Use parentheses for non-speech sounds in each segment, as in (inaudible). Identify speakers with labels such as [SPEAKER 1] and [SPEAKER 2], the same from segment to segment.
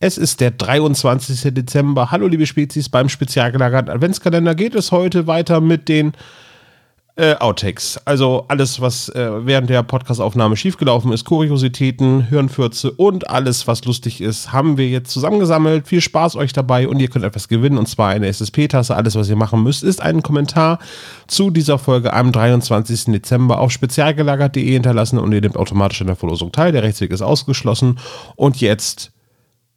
[SPEAKER 1] Es ist der 23. Dezember. Hallo, liebe Spezies, beim spezialgelagerten Adventskalender geht es heute weiter mit den äh, Outtakes. Also alles, was äh, während der Podcastaufnahme schiefgelaufen ist, Kuriositäten, Hirnfürze und alles, was lustig ist, haben wir jetzt zusammengesammelt. Viel Spaß euch dabei und ihr könnt etwas gewinnen und zwar eine SSP-Tasse. Alles, was ihr machen müsst, ist einen Kommentar zu dieser Folge am 23. Dezember auf spezialgelagert.de hinterlassen und ihr nehmt automatisch in der Verlosung teil. Der Rechtsweg ist ausgeschlossen und jetzt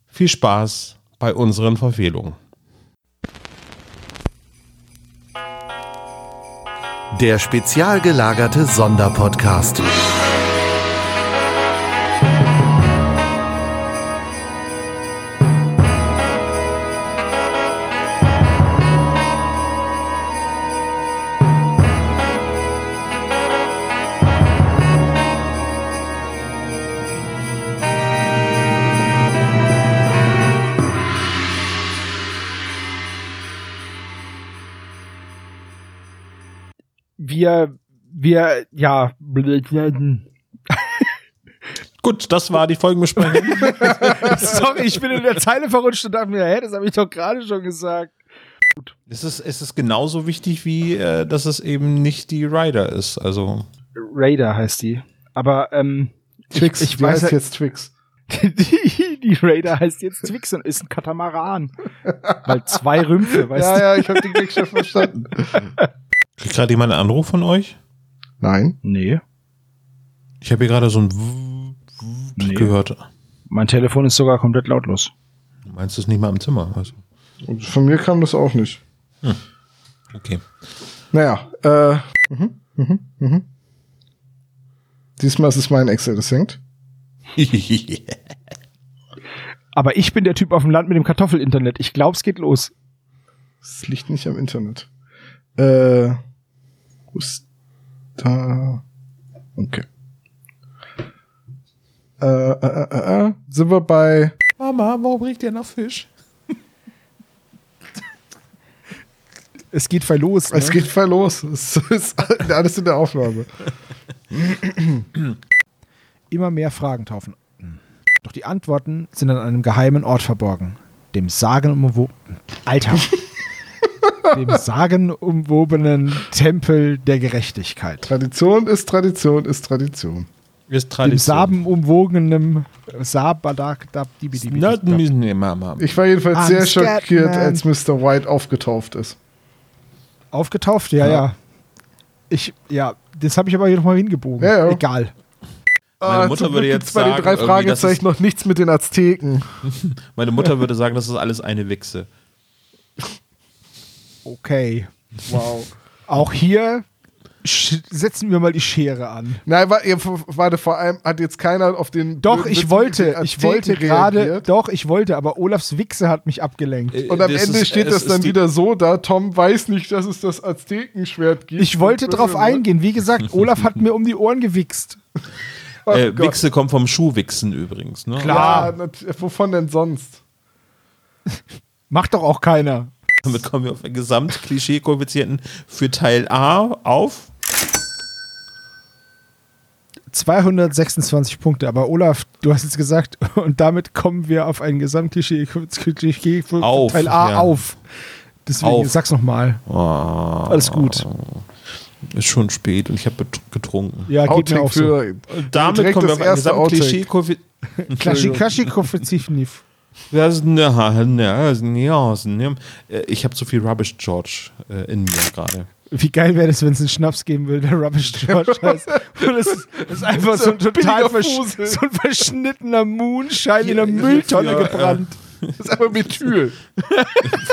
[SPEAKER 1] viel Spaß bei unseren Verfehlungen.
[SPEAKER 2] Der spezial gelagerte Sonderpodcast.
[SPEAKER 3] wir, wir, ja,
[SPEAKER 1] Gut, das war die Folgenbesprechung.
[SPEAKER 3] (laughs) sorry, ich bin in der Zeile verrutscht und dachte mir, hä, das habe ich doch gerade schon gesagt.
[SPEAKER 1] (laughs) Es ist, es ist genauso wichtig wie, äh, dass es eben nicht die Rider ist. Also
[SPEAKER 3] Raider heißt die. Aber, ähm,
[SPEAKER 4] Twix,
[SPEAKER 3] ich
[SPEAKER 4] die
[SPEAKER 3] weiß
[SPEAKER 4] heißt
[SPEAKER 3] ja-
[SPEAKER 4] jetzt Twix.
[SPEAKER 3] (laughs) die, die Raider heißt jetzt Twix und ist ein Katamaran. Weil zwei Rümpfe, weißt
[SPEAKER 4] (laughs) ja,
[SPEAKER 3] du?
[SPEAKER 4] ja, ich habe den Gag (laughs) schon verstanden.
[SPEAKER 1] kriegt gerade jemand einen Anruf von euch?
[SPEAKER 4] Nein.
[SPEAKER 3] Nee,
[SPEAKER 1] Ich habe hier gerade so ein W- W-
[SPEAKER 3] Nee.
[SPEAKER 1] gehört.
[SPEAKER 3] mein Telefon ist sogar komplett lautlos.
[SPEAKER 1] Meinst du es nicht mal im Zimmer? Also,
[SPEAKER 4] Und Von mir kam das auch nicht.
[SPEAKER 1] okay. (laughs)
[SPEAKER 4] Naja, äh, mhm, mhm, mhm. Diesmal ist es mein Excel, das hängt.
[SPEAKER 3] Aber ich bin der Typ auf dem Land mit dem Kartoffelinternet. Ich glaub's geht los.
[SPEAKER 4] Es liegt nicht am Internet. Äh, wo ist da? Okay. Äh, äh, äh, äh, sind wir bei
[SPEAKER 1] Mama, warum riecht ihr nach Fisch?
[SPEAKER 3] Es geht ne? verlost.
[SPEAKER 4] Es geht voll los. Es ist (laughs) alles in der Aufnahme.
[SPEAKER 3] immer mehr Fragen taufen. Doch die Antworten sind an einem geheimen Ort verborgen. Dem sagenumwobenen Alter. dem sagenumwobenen Tempel der Gerechtigkeit.
[SPEAKER 4] Tradition ist Tradition ist Tradition.
[SPEAKER 1] Ist
[SPEAKER 3] Dem
[SPEAKER 1] Tradition.
[SPEAKER 3] sabenumwogenen Sabadak-Dab-Dibi-Dibi-Dab.
[SPEAKER 1] Not me, Mama.
[SPEAKER 4] Ich war jedenfalls
[SPEAKER 3] I'm
[SPEAKER 4] sehr
[SPEAKER 3] scared,
[SPEAKER 4] schockiert,
[SPEAKER 3] man.
[SPEAKER 4] als Mr. White aufgetauft ist.
[SPEAKER 3] Aufgetauft, ja, ja. Ich, ja, das habe ich aber hier nochmal hingebogen.
[SPEAKER 4] Ja, ja.
[SPEAKER 3] Egal.
[SPEAKER 1] Meine
[SPEAKER 4] Ah,
[SPEAKER 1] Mutter
[SPEAKER 4] zum
[SPEAKER 1] würde
[SPEAKER 4] Glück
[SPEAKER 1] jetzt
[SPEAKER 4] gibt's bei den
[SPEAKER 1] sagen,
[SPEAKER 4] drei
[SPEAKER 1] irgendwie,
[SPEAKER 4] Fragezeichen noch nichts mit den Azteken.
[SPEAKER 1] Meine Mutter würde sagen, das ist alles eine (laughs) Wichse.
[SPEAKER 3] Okay. Wow. Auch hier sch- setzen wir mal die Schere an.
[SPEAKER 4] Nein, wa- ihr- warte, vor allem hat jetzt keiner auf den.
[SPEAKER 3] Doch,
[SPEAKER 4] blöden
[SPEAKER 3] ich
[SPEAKER 4] Witz mit
[SPEAKER 3] wollte,
[SPEAKER 4] den
[SPEAKER 3] ich
[SPEAKER 4] Azteken
[SPEAKER 3] wollte gerade,
[SPEAKER 4] reagiert.
[SPEAKER 3] doch, ich wollte, aber Olafs Wichse hat mich abgelenkt.
[SPEAKER 1] Äh,
[SPEAKER 4] Und am
[SPEAKER 1] das
[SPEAKER 4] Ende
[SPEAKER 1] ist-
[SPEAKER 4] steht
[SPEAKER 1] es
[SPEAKER 4] das
[SPEAKER 1] ist
[SPEAKER 4] dann
[SPEAKER 1] die-
[SPEAKER 4] wieder so da, Tom weiß nicht, dass es das Aztekenschwert gibt.
[SPEAKER 3] Ich wollte drauf eingehen. Wie gesagt, Olaf hat mir um die Ohren gewichst.
[SPEAKER 1] Äh,
[SPEAKER 4] oh Gott.
[SPEAKER 1] Wichse kommt vom Schuhwichsen übrigens. Ne?
[SPEAKER 4] Ja, nat- wovon denn sonst?
[SPEAKER 3] Macht doch auch keiner.
[SPEAKER 1] Damit kommen wir auf den Gesamtklischee-Koeffizienten für Teil A auf.
[SPEAKER 3] 226 Punkte, aber Olaf, du hast es gesagt, (laughs) und damit kommen wir auf ein Gesamtklischee Klischee-
[SPEAKER 1] Auf,
[SPEAKER 3] Teil A
[SPEAKER 1] ja.
[SPEAKER 3] auf. Deswegen
[SPEAKER 1] Auf.
[SPEAKER 3] sag's nochmal.
[SPEAKER 1] Oh,
[SPEAKER 3] Alles gut.
[SPEAKER 1] Ist schon spät und ich habe getrunken. Äh,
[SPEAKER 3] Ja, geht mir auch so.
[SPEAKER 4] für
[SPEAKER 1] Damit
[SPEAKER 4] Direkt
[SPEAKER 1] kommen wir
[SPEAKER 4] das
[SPEAKER 1] auf einen
[SPEAKER 4] erste Outtake.
[SPEAKER 1] Gesamtklischee-Koeffizienten.
[SPEAKER 3] Klashi Kashi Koffezinif.
[SPEAKER 1] Das ist ne, ne, das ist ne, das ist ne. Äh, Ich habe zu viel Rubbish George äh, in mir gerade.
[SPEAKER 3] Wie geil wäre das, wenn es einen Schnaps geben würde, der Rubbish George heißt. Und es ist, es ist einfach so ein total
[SPEAKER 4] billiger
[SPEAKER 3] versch
[SPEAKER 4] Fusel.
[SPEAKER 3] so ein verschnittener Moonshine in einer
[SPEAKER 1] Hier,
[SPEAKER 3] Mülltonne
[SPEAKER 1] ja, ja.
[SPEAKER 3] gebrannt.
[SPEAKER 4] Das ist aber Methyl.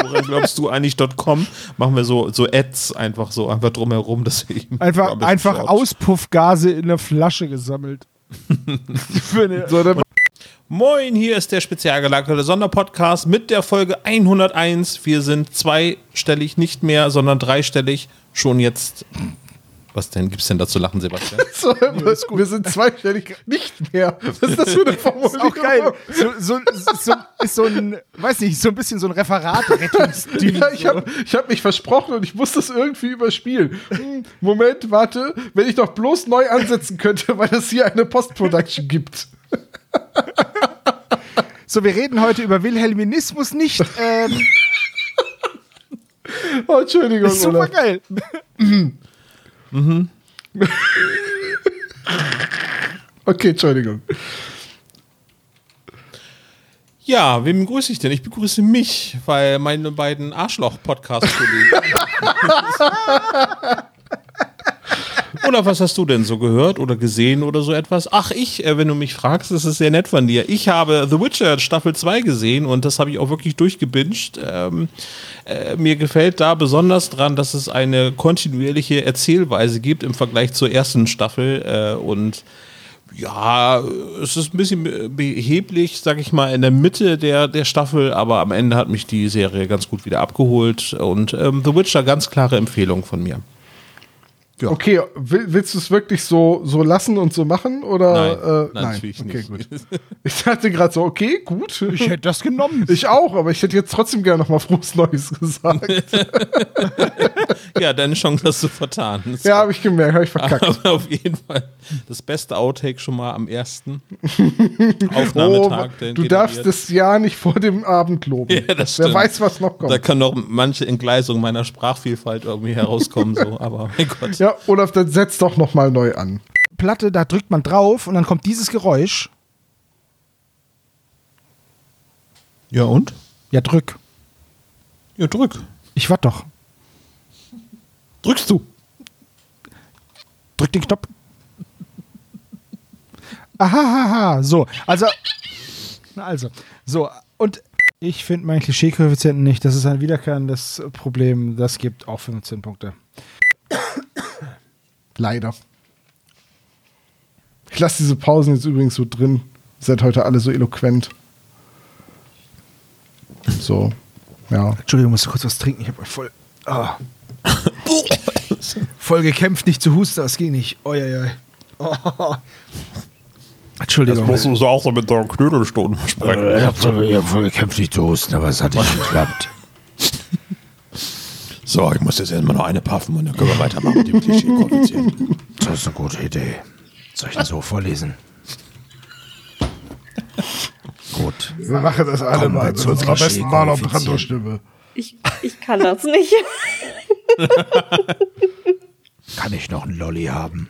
[SPEAKER 1] Woran glaubst du eigentlich .com? Machen wir so, so Ads einfach so, einfach drumherum, dass wir eben
[SPEAKER 3] Einfach,
[SPEAKER 1] Rubbish
[SPEAKER 3] einfach
[SPEAKER 1] George-
[SPEAKER 3] Auspuffgase in einer Flasche gesammelt. Für eine,
[SPEAKER 4] So, dann
[SPEAKER 1] Moin, hier ist der spezialgelagerte Sonderpodcast mit der Folge 101. Wir sind zweistellig nicht mehr, sondern dreistellig schon jetzt. Was denn? Gibt's denn da zu lachen, Sebastian?
[SPEAKER 4] (laughs) So, wir sind zweistellig nicht mehr. Was ist das
[SPEAKER 1] (laughs)
[SPEAKER 4] für eine Formulierung?
[SPEAKER 3] auch geil. So, so, so, ist so ein, weiß nicht, so ein bisschen so ein Referat.
[SPEAKER 4] (laughs) Ja, ich habe ich hab mich versprochen und ich muss das irgendwie überspielen. Hm, Moment, warte, wenn ich doch bloß neu ansetzen könnte, weil es hier eine Post-Production gibt.
[SPEAKER 3] So, wir reden heute über Wilhelminismus nicht. Ähm,
[SPEAKER 4] Oh, Entschuldigung,
[SPEAKER 3] super
[SPEAKER 4] Olaf.
[SPEAKER 3] geil.
[SPEAKER 4] Okay, Entschuldigung.
[SPEAKER 1] Ja, wem begrüße ich denn? Ich begrüße mich, weil meine beiden Arschloch-Podcast-Kollegen. oder was hast du denn so gehört oder gesehen oder so etwas? Ach, ich, äh, wenn du mich fragst, ist es sehr nett von dir. Ich habe The Witcher Staffel 2 gesehen und das habe ich auch wirklich durchgebinged. Ähm, äh, mir gefällt da besonders dran, dass es eine kontinuierliche Erzählweise gibt im Vergleich zur ersten Staffel äh, und ja, Ah, es ist ein bisschen be- beheblich, sag ich mal, in der Mitte der, der Staffel, aber am Ende hat mich die Serie ganz gut wieder abgeholt und ähm, The Witcher ganz klare Empfehlung von
[SPEAKER 4] (laughs)
[SPEAKER 1] mir.
[SPEAKER 4] Okay, will, willst du es wirklich so, so lassen und so machen? Oder,
[SPEAKER 1] Nein,
[SPEAKER 4] äh,
[SPEAKER 1] natürlich
[SPEAKER 4] okay,
[SPEAKER 1] nicht.
[SPEAKER 4] Gut. Ich dachte gerade so, okay, gut.
[SPEAKER 3] Ich hätte das genommen.
[SPEAKER 4] (laughs) Ich auch, aber ich hätte jetzt trotzdem gerne nochmal frohes Neues (laughs)
[SPEAKER 1] (laughs)
[SPEAKER 4] gesagt.
[SPEAKER 1] Ja, deine Chance hast du vertan. Das
[SPEAKER 4] ja, habe ich gemerkt, habe
[SPEAKER 1] (laughs)
[SPEAKER 4] ich verkackt.
[SPEAKER 1] aber auf jeden Fall das beste Outtake schon mal am ersten
[SPEAKER 4] (laughs) Oh,
[SPEAKER 1] Aufnahmetag.
[SPEAKER 4] du
[SPEAKER 1] den (laughs)
[SPEAKER 4] darfst
[SPEAKER 1] generiert.
[SPEAKER 4] das Jahr nicht vor dem Abend loben.
[SPEAKER 1] (laughs) Ja, das
[SPEAKER 4] Wer
[SPEAKER 1] stimmt.
[SPEAKER 4] weiß, was noch
[SPEAKER 1] Da
[SPEAKER 4] kommt.
[SPEAKER 1] kann noch manche Entgleisung meiner Sprachvielfalt irgendwie herauskommen, so, aber mein Gott.
[SPEAKER 4] Ja, Olaf, dann setz doch nochmal neu an.
[SPEAKER 3] Platte, da drückt man drauf und dann kommt dieses Geräusch.
[SPEAKER 1] Ja, und?
[SPEAKER 3] Ja, drück.
[SPEAKER 1] Ja, drück.
[SPEAKER 3] Ich warte doch.
[SPEAKER 1] Drückst du.
[SPEAKER 3] Drück den Knopf. Ahahaha. So, also. Na also. So, und ich finde meinen Klischee-Koeffizienten nicht. Das ist ein wiederkehrendes Problem. Das gibt auch 15 Punkte.
[SPEAKER 4] Leider. Ich lasse diese Pausen jetzt übrigens so drin. Ihr Seid heute alle so eloquent. So, ja.
[SPEAKER 3] Entschuldigung, musst du kurz was trinken. Ich habe voll. ah. (laughs) voll gekämpft, nicht zu husten. Das ging nicht. Oi, oi, oi. Oh. Entschuldigung.
[SPEAKER 1] du so auch so mit deinen Knödelstunden besprechen.
[SPEAKER 5] Ich hab so- ich hab voll gekämpft, nicht zu husten, aber es hat nicht geklappt.
[SPEAKER 1] So, ich muss jetzt erstmal noch eine puffen und dann können wir weitermachen mit dem Klischee-Koeffizienten.
[SPEAKER 5] Das ist eine gute Idee. Soll ich das so vorlesen? Gut.
[SPEAKER 4] Wir machen das alle
[SPEAKER 5] Kommen wir
[SPEAKER 4] mal mit
[SPEAKER 5] zum
[SPEAKER 4] unserer besten Marlon Brando-Stimme.
[SPEAKER 6] Ich, ich kann das nicht.
[SPEAKER 5] Kann ich noch einen Lolli haben?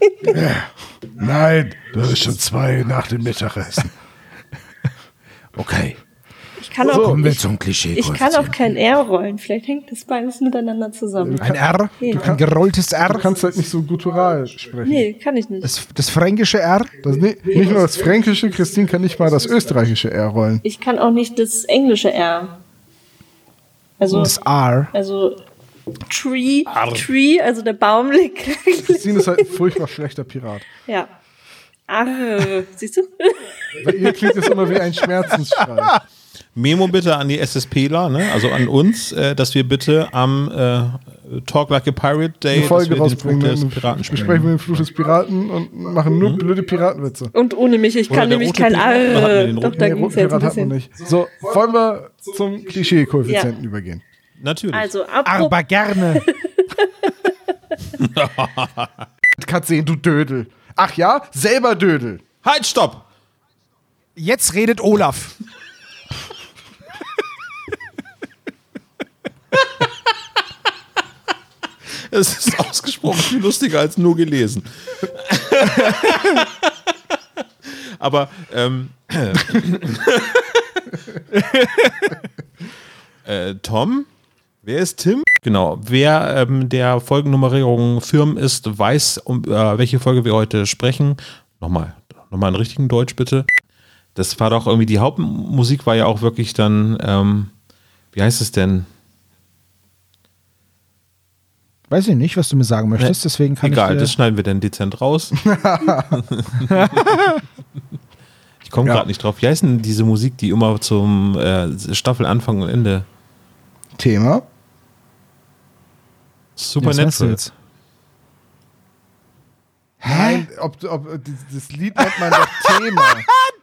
[SPEAKER 4] Nein, das ist schon zwei nach dem Mittagessen.
[SPEAKER 5] Okay.
[SPEAKER 6] Ich kann auch,
[SPEAKER 5] Kommen wir
[SPEAKER 6] ich,
[SPEAKER 5] zum Klischee.
[SPEAKER 6] ich kann auch kein R rollen. Vielleicht hängt das beides miteinander zusammen.
[SPEAKER 3] Ein R,
[SPEAKER 6] Ja.
[SPEAKER 3] ein gerolltes
[SPEAKER 4] (laughs) Du
[SPEAKER 3] R,
[SPEAKER 4] kannst halt nicht so guttural sprechen.
[SPEAKER 6] Nee, kann ich nicht.
[SPEAKER 3] das, das fränkische R.
[SPEAKER 4] Das, nee, Also nicht nur das Fränkische, Christine kann nicht mal das Österreichische R rollen.
[SPEAKER 6] Ich kann auch nicht das englische R. Also,
[SPEAKER 3] Das R.
[SPEAKER 6] also Tree, Tree, also der Baum liegt. (laughs)
[SPEAKER 4] Christine ist halt ein furchtbar schlechter Pirat.
[SPEAKER 6] ja. Arr, siehst du?
[SPEAKER 4] Bei ihr klingt es immer wie ein Schmerzensschrei.
[SPEAKER 1] Memo bitte an die SSPler, ne? also an uns, äh, dass wir bitte am äh, Talk Like a Pirate Day
[SPEAKER 4] Eine Folge
[SPEAKER 1] dass wir den Fluch
[SPEAKER 4] rausbringen.
[SPEAKER 1] des
[SPEAKER 4] ne?
[SPEAKER 1] Piraten
[SPEAKER 4] Wir
[SPEAKER 1] spielen.
[SPEAKER 4] sprechen mit dem Fluch des Piraten und machen
[SPEAKER 6] Mhm.
[SPEAKER 4] nur blöde Piratenwitze.
[SPEAKER 6] Und ohne mich, ich
[SPEAKER 1] Oder
[SPEAKER 6] kann
[SPEAKER 1] der
[SPEAKER 6] nämlich
[SPEAKER 1] rote
[SPEAKER 6] kein
[SPEAKER 1] Pirat. Hatten wir
[SPEAKER 6] Arr.
[SPEAKER 1] den
[SPEAKER 6] Doch,
[SPEAKER 1] roten
[SPEAKER 6] da
[SPEAKER 4] Nee,
[SPEAKER 6] ging es jetzt ein
[SPEAKER 4] Rotpirat hat man
[SPEAKER 6] bisschen.
[SPEAKER 4] nicht. So, wollen wir zum Klischee-Koeffizienten übergehen?
[SPEAKER 1] Natürlich.
[SPEAKER 6] Also, apropos,
[SPEAKER 3] Aber gerne.
[SPEAKER 4] Kannst sehen, du Dödel. Ach ja, selber Dödel.
[SPEAKER 1] Halt, stopp!
[SPEAKER 3] Jetzt redet Olaf.
[SPEAKER 1] (laughs) Es ist ausgesprochen viel lustiger als nur gelesen. (laughs) Aber, ähm, (laughs) äh, Tom? Wer ist Tim? Genau, wer ähm, der Folgennummerierung firm ist, weiß, um äh, welche Folge wir heute sprechen. Nochmal, nochmal in richtigen Deutsch bitte. Das war doch irgendwie, die Hauptmusik war ja auch wirklich dann, ähm, wie heißt es denn?
[SPEAKER 3] Weiß ich nicht, was du mir sagen möchtest, deswegen kann
[SPEAKER 1] Egal, das
[SPEAKER 3] ich.
[SPEAKER 1] schneiden wir dann dezent raus. ich komme gerade nicht drauf. Wie heißt denn diese Musik, die immer zum äh, Staffelanfang und Ende?
[SPEAKER 4] Thema?
[SPEAKER 1] Supernatural.
[SPEAKER 4] Nein, ob, ob, das- das Lied nennt man doch
[SPEAKER 6] (laughs)
[SPEAKER 4] Thema.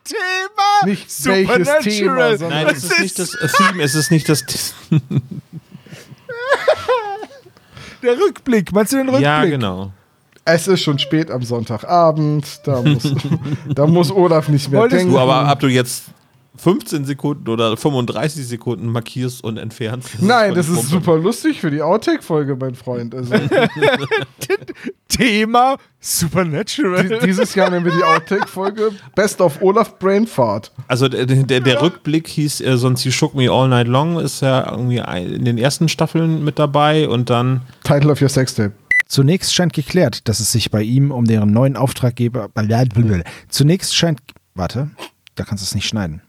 [SPEAKER 3] Thema!
[SPEAKER 4] Nicht welches Thema, sondern
[SPEAKER 1] Nein, es ist nicht das äh, Theme, es ist nicht das.
[SPEAKER 3] Der Rückblick. Meinst du den Rückblick?
[SPEAKER 1] ja, genau.
[SPEAKER 4] es ist schon spät
[SPEAKER 1] (laughs)
[SPEAKER 4] am Sonntagabend. Da muss, da muss Olaf nicht mehr
[SPEAKER 3] Wolltest
[SPEAKER 4] denken.
[SPEAKER 1] Du, aber ob du jetzt 15 Sekunden oder 35 Sekunden markierst und entfernst. Das
[SPEAKER 4] Nein, das
[SPEAKER 1] völlig
[SPEAKER 4] ist super lustig für die Outtake-Folge, mein Freund.
[SPEAKER 1] (laughs)
[SPEAKER 4] Also,
[SPEAKER 3] Thema Supernatural.
[SPEAKER 4] die- dieses Jahr nennen wir die Outtake-Folge Best of Olaf Brainfart.
[SPEAKER 1] Also der, der, der Rückblick hieß äh, sonst You Shook Me All Night Long, ist ja irgendwie ein- in den ersten Staffeln mit dabei und dann
[SPEAKER 4] Title of your Sextape.
[SPEAKER 3] Zunächst scheint geklärt, dass es sich bei ihm um deren neuen Auftraggeber. Zunächst scheint. Warte, da kannst du es nicht schneiden.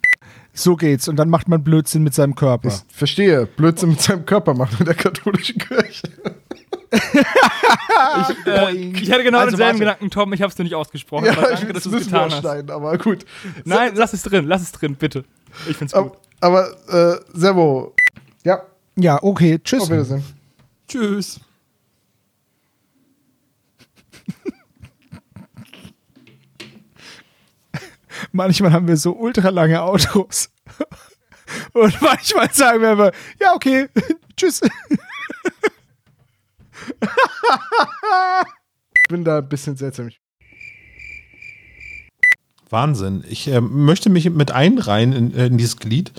[SPEAKER 3] So geht's und dann macht man Blödsinn mit seinem Körper.
[SPEAKER 4] Verstehe, Blödsinn mit seinem Körper machen in der katholischen Kirche.
[SPEAKER 7] Ich hatte genau
[SPEAKER 3] Also,
[SPEAKER 7] denselben
[SPEAKER 3] warte.
[SPEAKER 7] Gedanken, Tom. Ich habe es nur nicht ausgesprochen. aber Oh, danke, dass
[SPEAKER 4] das
[SPEAKER 7] du es
[SPEAKER 4] müssen wir
[SPEAKER 7] getan hast.
[SPEAKER 4] schneiden, aber gut.
[SPEAKER 7] Nein, lass es drin, lass es drin, bitte. Ich find's gut.
[SPEAKER 4] Aber, aber äh, Servo. Ja,
[SPEAKER 3] Ja, okay, tschüss.
[SPEAKER 4] auf Wiedersehen.
[SPEAKER 1] Tschüss.
[SPEAKER 3] manchmal haben wir so ultra lange Autos. (laughs) Und manchmal sagen wir aber, ja, okay, (laughs) tschüss.
[SPEAKER 4] Ich bin da ein bisschen seltsam. Ich
[SPEAKER 1] Wahnsinn. Ich äh, möchte mich mit einreihen in, äh, in dieses Glied,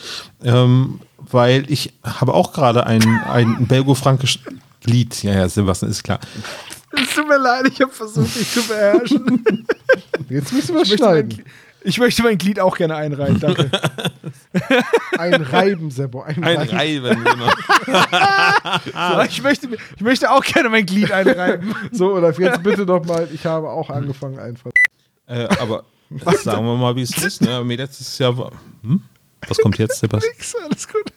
[SPEAKER 1] ähm, weil ich habe auch gerade ein, ein belgo-frankisches Lied. Ja, ja, Sebastian, ist klar.
[SPEAKER 3] Es tut mir leid, ich habe versucht, dich zu beherrschen.
[SPEAKER 4] (laughs) Jetzt müssen wir
[SPEAKER 3] Ich möchte, mein,
[SPEAKER 4] schneiden.
[SPEAKER 3] Gli- ich möchte mein Glied auch gerne einreihen, danke.
[SPEAKER 4] Ein Reiben, Sebo. Ein,
[SPEAKER 1] Ein
[SPEAKER 4] Reiben.
[SPEAKER 1] Reiben. Genau.
[SPEAKER 3] Aber ich, möchte, ich möchte auch gerne mein Glied
[SPEAKER 4] (laughs)
[SPEAKER 3] einreiben.
[SPEAKER 4] So, Olaf, jetzt bitte doch mal. Ich habe auch angefangen einfach.
[SPEAKER 1] (laughs) äh, aber sagen wir mal, wie es ist. Ne? Mir letztes Jahr war. Hm? Was kommt jetzt, Sebastian?
[SPEAKER 3] Nix, alles gut.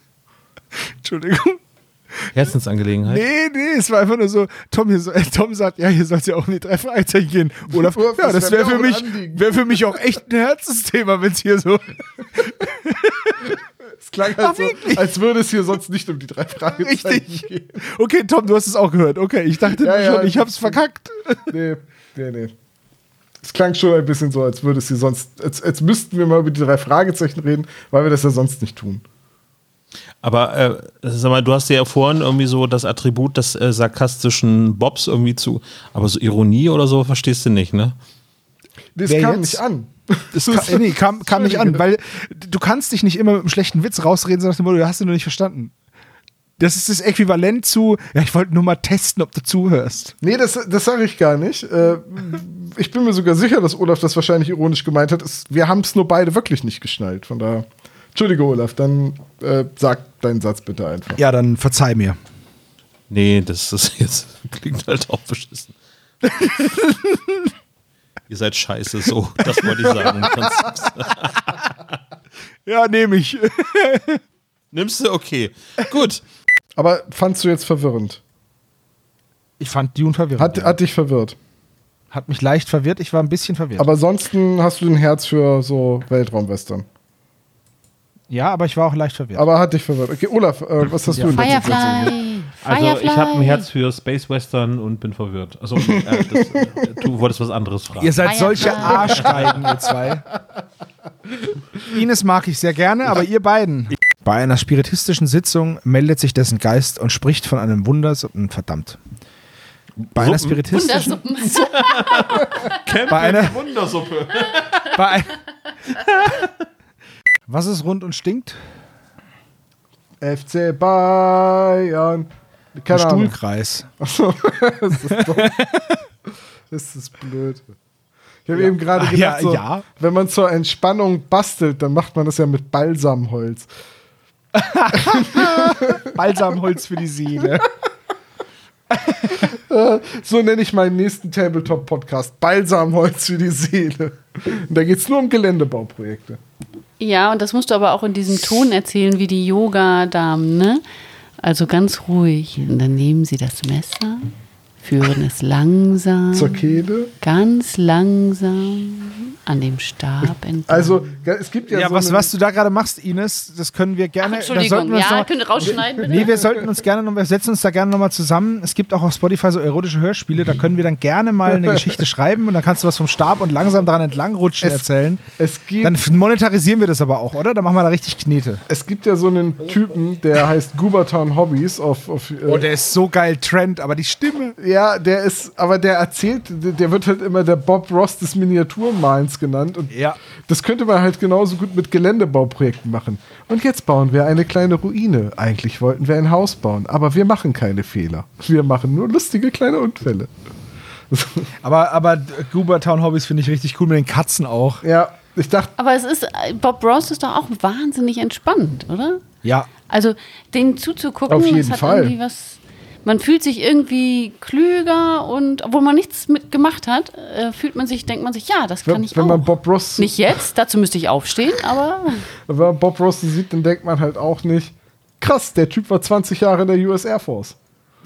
[SPEAKER 3] Entschuldigung.
[SPEAKER 1] Herzensangelegenheit.
[SPEAKER 3] Nee, nee, es war einfach nur so, Tom, hier, so- äh, Tom sagt, ja, hier soll es ja auch in die drei Fragezeichen gehen. Olaf,
[SPEAKER 4] Olaf,
[SPEAKER 3] ja,
[SPEAKER 4] das
[SPEAKER 3] das
[SPEAKER 4] wär
[SPEAKER 3] wäre
[SPEAKER 4] mir
[SPEAKER 3] für,
[SPEAKER 4] auch ein
[SPEAKER 3] mich-
[SPEAKER 4] Anliegen.
[SPEAKER 3] wär für mich auch echt ein Herzensthema, wenn es hier so...
[SPEAKER 4] Es klang halt so, als würde es hier sonst nicht um die drei Fragezeichen
[SPEAKER 3] Richtig.
[SPEAKER 4] gehen.
[SPEAKER 3] Okay, Tom, du hast es auch gehört. Okay, ich dachte
[SPEAKER 4] Ja,
[SPEAKER 3] nur schon,
[SPEAKER 4] ja.
[SPEAKER 3] ich hab's verkackt.
[SPEAKER 4] Nee, nee, nee. Es klang schon ein bisschen so, als würde es hier sonst, als, als müssten wir mal über die drei Fragezeichen reden, weil wir das ja sonst nicht tun.
[SPEAKER 1] Aber äh, sag mal, du hast dir ja vorhin irgendwie so das Attribut des äh, sarkastischen Bobs irgendwie zu. Aber so Ironie oder so verstehst du nicht, ne?
[SPEAKER 4] Das
[SPEAKER 3] Wer
[SPEAKER 4] kam
[SPEAKER 3] jetzt?
[SPEAKER 4] nicht an.
[SPEAKER 3] Das kam, nee, kam, kam nicht an, weil du kannst dich nicht immer mit einem schlechten Witz rausreden, sondern dem Motto, du hast ihn nur nicht verstanden. Das ist das Äquivalent zu, ja, ich wollte nur mal testen, ob du zuhörst.
[SPEAKER 4] Nee, das, das sage ich gar nicht. Äh, ich bin mir sogar sicher, dass Olaf das wahrscheinlich ironisch gemeint hat. Es, wir haben es nur beide wirklich nicht geschnallt. Von daher, Entschuldige, Olaf, dann äh, sag deinen Satz bitte einfach.
[SPEAKER 3] Ja, dann verzeih mir.
[SPEAKER 1] Nee, das ist (laughs) jetzt. Klingt halt auch beschissen. (laughs) Ihr seid scheiße, so. Das wollte ich sagen. Ganz- (laughs)
[SPEAKER 3] Ja, nehme ich.
[SPEAKER 1] Nimmst du? Okay. Gut.
[SPEAKER 4] Aber fandst du jetzt verwirrend?
[SPEAKER 3] Ich fand Dune verwirrend.
[SPEAKER 4] Hat,
[SPEAKER 3] ja.
[SPEAKER 4] hat dich verwirrt.
[SPEAKER 3] Hat mich leicht verwirrt, ich war ein bisschen verwirrt.
[SPEAKER 4] Aber ansonsten hast du ein Herz für so Weltraumwestern.
[SPEAKER 3] ja, aber ich war auch leicht verwirrt.
[SPEAKER 4] Aber hat dich verwirrt. Okay, Olaf, äh, was hast du in letzter Zeit so gesehen?
[SPEAKER 8] Firefly.
[SPEAKER 1] Also,
[SPEAKER 8] Firefly.
[SPEAKER 1] ich habe ein Herz für Space Western und bin verwirrt. Also, äh, du wolltest was anderes fragen.
[SPEAKER 3] Ihr seid
[SPEAKER 8] Firefly.
[SPEAKER 3] solche Arschgeigen, ihr zwei. Ines mag ich sehr gerne, aber ihr beiden. Bei einer spiritistischen Sitzung meldet sich dessen Geist und spricht von einem Wunder. Verdammt. Bei einer
[SPEAKER 1] Suppen?
[SPEAKER 3] spiritistischen.
[SPEAKER 8] Wundersuppen.
[SPEAKER 3] Bei einer,
[SPEAKER 1] Wundersuppe.
[SPEAKER 3] bei ein- Was ist rund und stinkt?
[SPEAKER 4] FC Bayern.
[SPEAKER 3] Ein
[SPEAKER 4] Keine Ahnung.
[SPEAKER 3] Stuhlkreis.
[SPEAKER 4] (laughs) Das ist blöd. Ich habe eben gerade
[SPEAKER 3] Ah,
[SPEAKER 4] gedacht,
[SPEAKER 3] ja,
[SPEAKER 4] so,
[SPEAKER 3] ja.
[SPEAKER 4] wenn man zur Entspannung bastelt, dann macht man das ja mit Balsamholz.
[SPEAKER 3] Balsamholz für die Seele.
[SPEAKER 4] So nenne ich meinen nächsten Tabletop-Podcast. Balsamholz für die Seele. Und da geht es nur um Geländebauprojekte.
[SPEAKER 8] (laughs) Ja, und das musst du aber auch in diesem Ton erzählen, wie die Yoga-Damen, ne? Also ganz ruhig. Und dann nehmen sie das Messer, führen es langsam,
[SPEAKER 4] Zur Kehle.
[SPEAKER 8] ganz langsam an dem Stab entlang.
[SPEAKER 4] Also, ja, es gibt ja,
[SPEAKER 3] Ja,
[SPEAKER 4] so
[SPEAKER 3] was,
[SPEAKER 4] einen-
[SPEAKER 3] was du da gerade machst, Ines, das können wir gerne. das sollten
[SPEAKER 8] Entschuldigung,
[SPEAKER 3] wir uns
[SPEAKER 8] ja,
[SPEAKER 3] noch-
[SPEAKER 8] könnt ihr rausschneiden bitte?
[SPEAKER 3] Nee, wir sollten uns gerne noch, wir setzen uns da gerne nochmal zusammen. Es gibt auch auf Spotify so erotische Hörspiele, da können wir dann gerne mal eine (laughs) Geschichte schreiben und dann kannst du was vom Stab und langsam daran entlangrutschen
[SPEAKER 4] Es-
[SPEAKER 3] erzählen.
[SPEAKER 4] es gibt-
[SPEAKER 3] dann f- monetarisieren wir das aber auch, oder? Dann machen wir da richtig Knete.
[SPEAKER 4] Es gibt ja so einen Typen, der heißt Gubertown Hobbies auf, auf äh,
[SPEAKER 3] Oh, der ist so geil Trend, aber die Stimme.
[SPEAKER 4] Ja, der ist, aber der erzählt, der wird halt immer der Bob Ross des Miniaturmalens genannt. Und
[SPEAKER 3] Ja.
[SPEAKER 4] das könnte man halt genauso gut mit Geländebauprojekten machen. Und jetzt bauen wir eine kleine Ruine. Eigentlich wollten wir ein Haus bauen, aber wir machen keine Fehler. Wir machen nur lustige kleine Unfälle.
[SPEAKER 3] Aber, aber Grubertown Hobbys finde ich richtig cool mit den Katzen auch.
[SPEAKER 4] Ja, ich dachte,
[SPEAKER 8] Aber es ist, Bob Ross ist doch auch wahnsinnig entspannt, oder?
[SPEAKER 3] Ja.
[SPEAKER 8] Also den zuzugucken,
[SPEAKER 4] Auf jeden
[SPEAKER 8] das hat
[SPEAKER 4] Fall.
[SPEAKER 8] irgendwie was. Man fühlt sich irgendwie klüger und obwohl man nichts mit gemacht hat, äh, fühlt man sich, denkt man sich, ja, das kann
[SPEAKER 4] wenn,
[SPEAKER 8] ich
[SPEAKER 4] wenn
[SPEAKER 8] auch.
[SPEAKER 4] man Bob Ross
[SPEAKER 8] nicht jetzt, dazu müsste ich aufstehen, aber (laughs)
[SPEAKER 4] wenn man Bob Ross sieht, dann denkt man halt auch nicht, krass, der Typ war 20 Jahre in der US Air Force.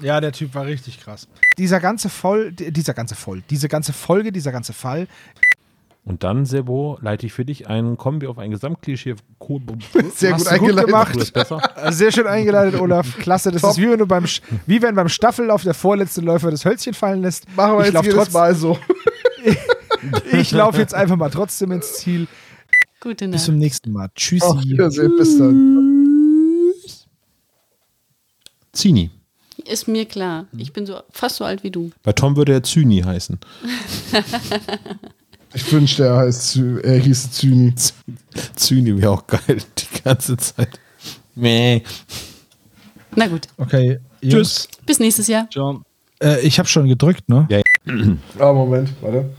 [SPEAKER 3] Ja, der Typ war richtig krass. Dieser ganze Voll, dieser ganze Voll, diese ganze Folge, dieser ganze Fall
[SPEAKER 1] Und dann, Sebo, leite ich für dich ein Kombi auf ein Gesamtklischee. (laughs) Cool.
[SPEAKER 4] Sehr
[SPEAKER 3] Hast
[SPEAKER 4] gut
[SPEAKER 3] du gut
[SPEAKER 4] eingeleitet.
[SPEAKER 3] gemacht.
[SPEAKER 1] Du es besser?
[SPEAKER 3] Also Sehr schön eingeleitet, Olaf. Klasse. Das
[SPEAKER 4] Top.
[SPEAKER 3] ist wie wenn du beim, Sch- wie wenn beim Staffellauf der vorletzte Läufer das Hölzchen fallen lässt.
[SPEAKER 4] Machen wir
[SPEAKER 3] ich
[SPEAKER 4] jetzt
[SPEAKER 3] laufe
[SPEAKER 4] jedes Mal so.
[SPEAKER 3] (laughs)
[SPEAKER 4] (laughs)
[SPEAKER 3] Ich laufe jetzt einfach mal trotzdem ins Ziel.
[SPEAKER 8] gute
[SPEAKER 3] Bis
[SPEAKER 8] Nacht.
[SPEAKER 3] zum nächsten Mal. Tschüssi.
[SPEAKER 4] Auf Wiedersehen, bis dann.
[SPEAKER 1] Zini.
[SPEAKER 8] Ist mir klar. Ich bin so fast so alt wie du.
[SPEAKER 1] Bei Tom würde er Zyni heißen.
[SPEAKER 4] Ich wünschte, er, heißt, Zü- er hieß Zyni.
[SPEAKER 1] Zyni wäre auch geil die ganze Zeit. Meh.
[SPEAKER 8] Na gut,
[SPEAKER 3] okay.
[SPEAKER 1] Tschüss.
[SPEAKER 8] bis nächstes Jahr.
[SPEAKER 3] John. Äh, ich habe schon gedrückt, ne?
[SPEAKER 1] Ja.
[SPEAKER 4] Ah, Moment, warte.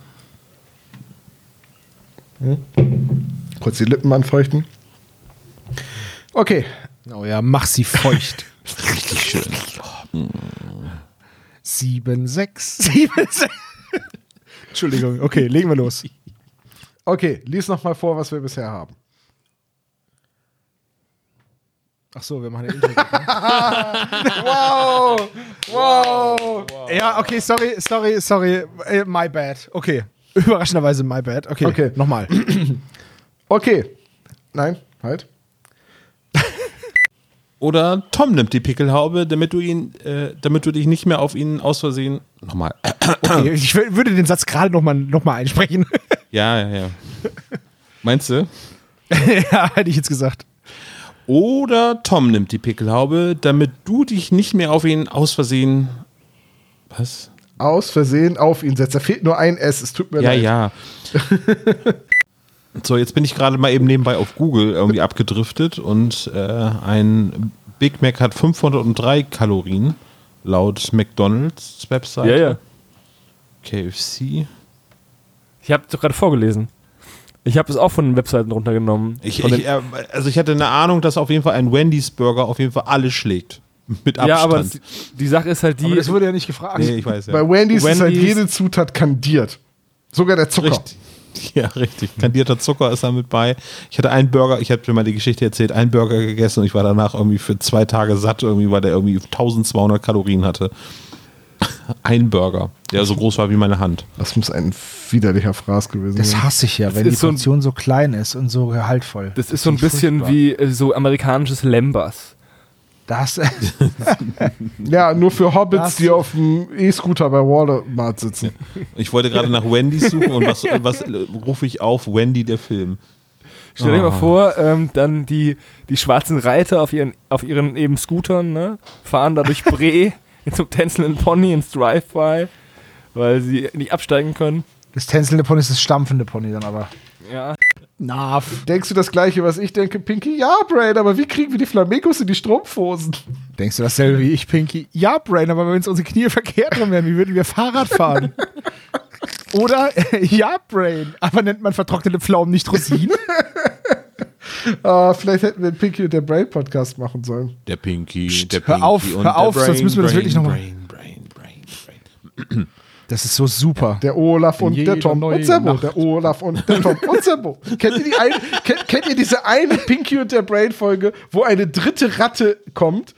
[SPEAKER 4] Hm? Kurz die Lippen anfeuchten. Okay,
[SPEAKER 3] Oh ja, mach sie feucht. (laughs) Richtig schön. Sieben, sechs. (laughs) Sieben, sechs. Entschuldigung. Okay, legen wir los.
[SPEAKER 4] okay, lies nochmal vor, was wir bisher haben.
[SPEAKER 3] Ach so, wir machen eine
[SPEAKER 4] (laughs)
[SPEAKER 3] Intro.
[SPEAKER 4] Wow!
[SPEAKER 3] Ja, okay, sorry, sorry, sorry. Äh, My bad. Okay. Überraschenderweise my bad. Okay,
[SPEAKER 4] Okay.
[SPEAKER 3] nochmal.
[SPEAKER 4] Okay. Nein, halt.
[SPEAKER 1] Oder Tom nimmt die Pickelhaube, damit du ihn, äh, damit du dich nicht mehr auf ihn aus Versehen. Nochmal. äh,
[SPEAKER 3] Okay, ich wür- würde den Satz gerade nochmal noch mal (laughs) einsprechen.
[SPEAKER 1] Ja, ja, ja. Meinst du?
[SPEAKER 3] ja, hätte ich jetzt gesagt.
[SPEAKER 1] Oder Tom nimmt die Pickelhaube, damit du dich nicht mehr auf ihn aus Versehen. Was?
[SPEAKER 4] Aus Versehen auf ihn setzt. Da fehlt nur ein S, es tut mir
[SPEAKER 1] Ja,
[SPEAKER 4] leid.
[SPEAKER 1] ja. so, jetzt bin ich gerade mal eben nebenbei auf Google irgendwie abgedriftet und äh, ein Big Mac hat 503 Kalorien laut McDonalds Website.
[SPEAKER 7] Ja, ja.
[SPEAKER 1] KFC.
[SPEAKER 7] Ich habe doch gerade vorgelesen. Ich habe es auch von den Webseiten runtergenommen.
[SPEAKER 1] Ich,
[SPEAKER 7] von den,
[SPEAKER 1] ich, äh, also ich hatte eine Ahnung, dass auf jeden Fall ein Wendy's Burger auf jeden Fall alle schlägt. Mit Abstand.
[SPEAKER 7] ja, aber das, die Sache ist halt die.
[SPEAKER 3] Aber das wurde ja nicht gefragt.
[SPEAKER 1] nee, ich weiß ja.
[SPEAKER 4] Bei Wendy's, ist halt
[SPEAKER 7] Wendy's-
[SPEAKER 4] jede Zutat kandiert. Sogar der Zucker.
[SPEAKER 1] Richtig. (laughs) Ja, richtig. Kandierter Zucker ist da mit bei. Ich hatte einen Burger, ich habe dir mal die Geschichte erzählt, einen Burger gegessen und ich war danach irgendwie für zwei Tage satt, irgendwie, weil der irgendwie 1200 Kalorien hatte. (laughs) Ein Burger, der so groß war wie meine Hand.
[SPEAKER 4] Das muss ein widerlicher Fraß gewesen
[SPEAKER 3] Das
[SPEAKER 4] sein.
[SPEAKER 3] hasse ich ja, wenn
[SPEAKER 7] ist
[SPEAKER 3] die
[SPEAKER 7] so ein-
[SPEAKER 3] Portion so klein ist und so gehaltvoll.
[SPEAKER 7] das ist so ein bisschen wie äh, so amerikanisches Lembas.
[SPEAKER 3] Das, (laughs)
[SPEAKER 4] Ja, nur für Hobbits,
[SPEAKER 3] Das-
[SPEAKER 4] die auf dem E-Scooter bei Walmart (laughs) sitzen.
[SPEAKER 1] Ich wollte gerade nach
[SPEAKER 3] (laughs)
[SPEAKER 1] Wendy's suchen und was, was äh, rufe ich auf? Wendy, der Film.
[SPEAKER 7] Stell
[SPEAKER 1] Oh.
[SPEAKER 7] dir mal vor, ähm, dann die, die schwarzen Reiter auf ihren, auf ihren eben Scootern, ne, fahren da
[SPEAKER 3] (laughs)
[SPEAKER 7] durch Bre in so einem tänzelnden Pony ins Drive-By, weil sie nicht absteigen können.
[SPEAKER 3] das tänzelnde Pony ist das stampfende Pony dann aber.
[SPEAKER 7] Ja.
[SPEAKER 3] Na,
[SPEAKER 4] Denkst du das gleiche, was ich denke, Pinky? Ja, Brain, aber wie kriegen wir die Flamingos in die Strumpfhosen?
[SPEAKER 3] denkst du dasselbe wie ich, Pinky? Ja, Brain, aber wenn uns unsere Knie verkehrt rum wären, wie würden wir Fahrrad (laughs) fahren? Oder, (laughs) ja, Brain, aber nennt man vertrocknete Pflaumen nicht Rosinen?
[SPEAKER 4] (laughs) Ah, vielleicht hätten wir den Pinky und der Brain Podcast machen sollen.
[SPEAKER 1] Der Pinky, der
[SPEAKER 3] hör
[SPEAKER 1] Pinky
[SPEAKER 3] auf, hör
[SPEAKER 1] und der
[SPEAKER 3] auf, sonst
[SPEAKER 1] Brain,
[SPEAKER 3] müssen wir das
[SPEAKER 1] Brain,
[SPEAKER 3] wirklich noch mal-
[SPEAKER 1] Brain, Brain, Brain, Brain.
[SPEAKER 3] Das ist so super.
[SPEAKER 4] Der Olaf und
[SPEAKER 3] jeder
[SPEAKER 4] der Tom
[SPEAKER 3] neue
[SPEAKER 4] und Sebo.
[SPEAKER 3] Nacht.
[SPEAKER 4] Der Olaf und der Tom und (laughs) Sebo. Kennt ihr, die ein, kennt, kennt ihr diese eine Pinky und der Brain Folge, wo eine dritte Ratte kommt?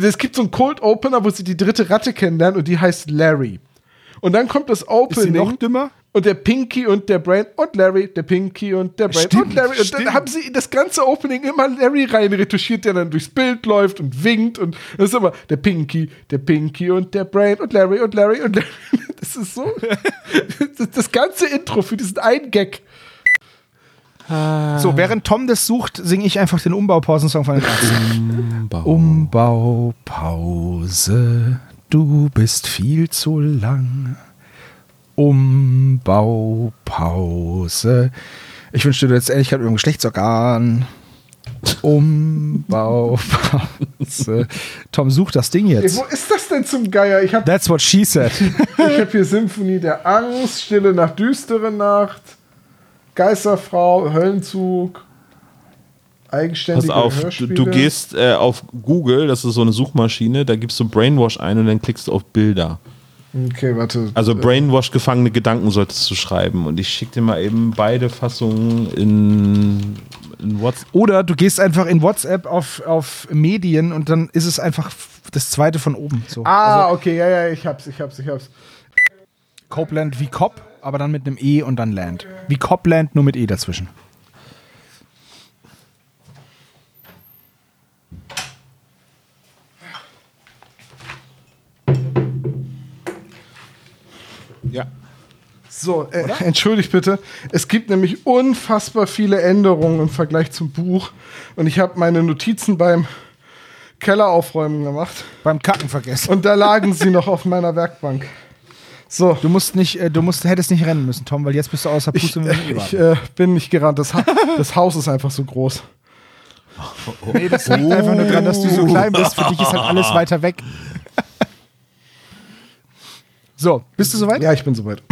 [SPEAKER 4] Es gibt so einen Cold Opener, wo sie die dritte Ratte kennenlernen und die heißt Larry. Und dann kommt das
[SPEAKER 3] Ist sie
[SPEAKER 4] Opening.
[SPEAKER 3] noch dümmer?
[SPEAKER 4] Und der Pinky und der Brain und Larry, der Pinky und der Brain
[SPEAKER 3] Stimmt,
[SPEAKER 4] und Larry. Und
[SPEAKER 3] stimmt.
[SPEAKER 4] dann haben sie in das ganze Opening immer Larry reinretuschiert, der dann durchs Bild läuft und winkt. Und das ist immer der Pinky, der Pinky und der Brain und Larry und Larry und Larry. (laughs) Das ist so. Das, das ganze Intro für diesen einen Gag.
[SPEAKER 3] So, während Tom das sucht, singe ich einfach den Umbaupausen-Song von den Ärzten. Umbaupause. Du bist viel zu lang. Umbaupause. Ich wünschte dir jetzt Ehrlichkeit über dem Geschlechtsorgan. Umbaupause. Tom, such das Ding
[SPEAKER 4] Ey,
[SPEAKER 3] jetzt.
[SPEAKER 4] wo ist das denn zum Geier? Ich habe
[SPEAKER 3] That's what she (laughs) said.
[SPEAKER 4] ich hab hier Symphonie der Angst, Stille Nacht, düstere Nacht, Geisterfrau, Höllenzug,
[SPEAKER 1] Pass
[SPEAKER 4] eigenständige
[SPEAKER 1] auf, du,
[SPEAKER 4] Hörspiele.
[SPEAKER 1] du gehst äh, auf Google, das ist so eine Suchmaschine, da gibst du Brainwash ein und dann klickst du auf Bilder.
[SPEAKER 4] Okay, warte.
[SPEAKER 1] Also Brainwash gefangene Gedanken solltest du schreiben und ich schicke dir mal eben beide Fassungen in, in WhatsApp.
[SPEAKER 3] Oder du gehst einfach in WhatsApp auf, auf Medien und dann ist es einfach f- das zweite von oben. So.
[SPEAKER 4] ah, okay, ja, ja, ich hab's, ich hab's, ich hab's.
[SPEAKER 3] Copeland wie Cop, aber dann mit einem E und dann Land. Wie Copland, nur mit E dazwischen.
[SPEAKER 1] Ja.
[SPEAKER 4] So, äh, entschuldigt bitte. Es gibt nämlich unfassbar viele Änderungen im Vergleich zum Buch. Und ich habe meine Notizen beim Kelleraufräumen gemacht.
[SPEAKER 3] Beim Kacken vergessen.
[SPEAKER 4] (laughs) Und da lagen sie noch auf meiner Werkbank. So,
[SPEAKER 3] Du musst nicht, äh, du musst, hättest nicht rennen müssen, Tom, weil jetzt bist du außer Puste mit dem
[SPEAKER 4] ich
[SPEAKER 3] E-Wagen.
[SPEAKER 4] äh, bin nicht gerannt. Das,
[SPEAKER 3] (laughs)
[SPEAKER 4] ha das Haus ist einfach so groß.
[SPEAKER 3] Nee, das liegt einfach nur dran, dass du so klein (laughs) bist. Für dich ist halt alles weiter weg. So, bist du soweit?
[SPEAKER 4] Ja, ich
[SPEAKER 3] (clears throat)
[SPEAKER 4] bin soweit.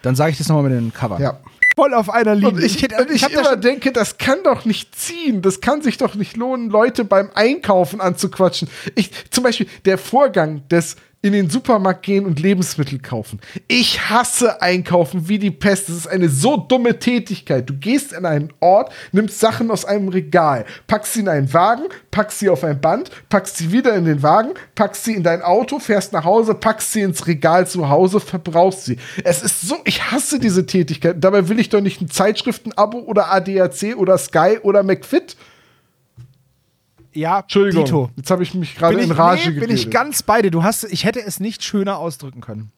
[SPEAKER 3] Dann sage ich das nochmal mit dem Cover.
[SPEAKER 4] Ja.
[SPEAKER 3] Voll auf einer Linie.
[SPEAKER 4] Und ich, und ich,
[SPEAKER 3] hab da
[SPEAKER 4] immer
[SPEAKER 3] schon-
[SPEAKER 4] denke, das kann doch nicht ziehen. Das kann sich doch nicht lohnen, Leute beim Einkaufen anzuquatschen. Ich, zum Beispiel der Vorgang des in den Supermarkt gehen und Lebensmittel kaufen. Ich hasse Einkaufen wie die Pest. Das ist eine so dumme Tätigkeit. Du gehst an einen Ort, nimmst Sachen aus einem Regal, packst sie in einen Wagen, packst sie auf ein Band, packst sie wieder in den Wagen, packst sie in dein Auto, fährst nach Hause, packst sie ins Regal zu Hause, verbrauchst sie. Es ist so, ich hasse diese Tätigkeit. Dabei will ich doch nicht ein Zeitschriftenabo oder ADAC oder Sky oder McFit.
[SPEAKER 3] ja,
[SPEAKER 4] Entschuldigung,
[SPEAKER 3] Dito.
[SPEAKER 4] jetzt habe ich mich
[SPEAKER 3] Bin
[SPEAKER 4] gerade
[SPEAKER 3] ich,
[SPEAKER 4] in Rage
[SPEAKER 3] nee, bin ich ganz bei dir. Du hast, ich hätte es nicht schöner ausdrücken können.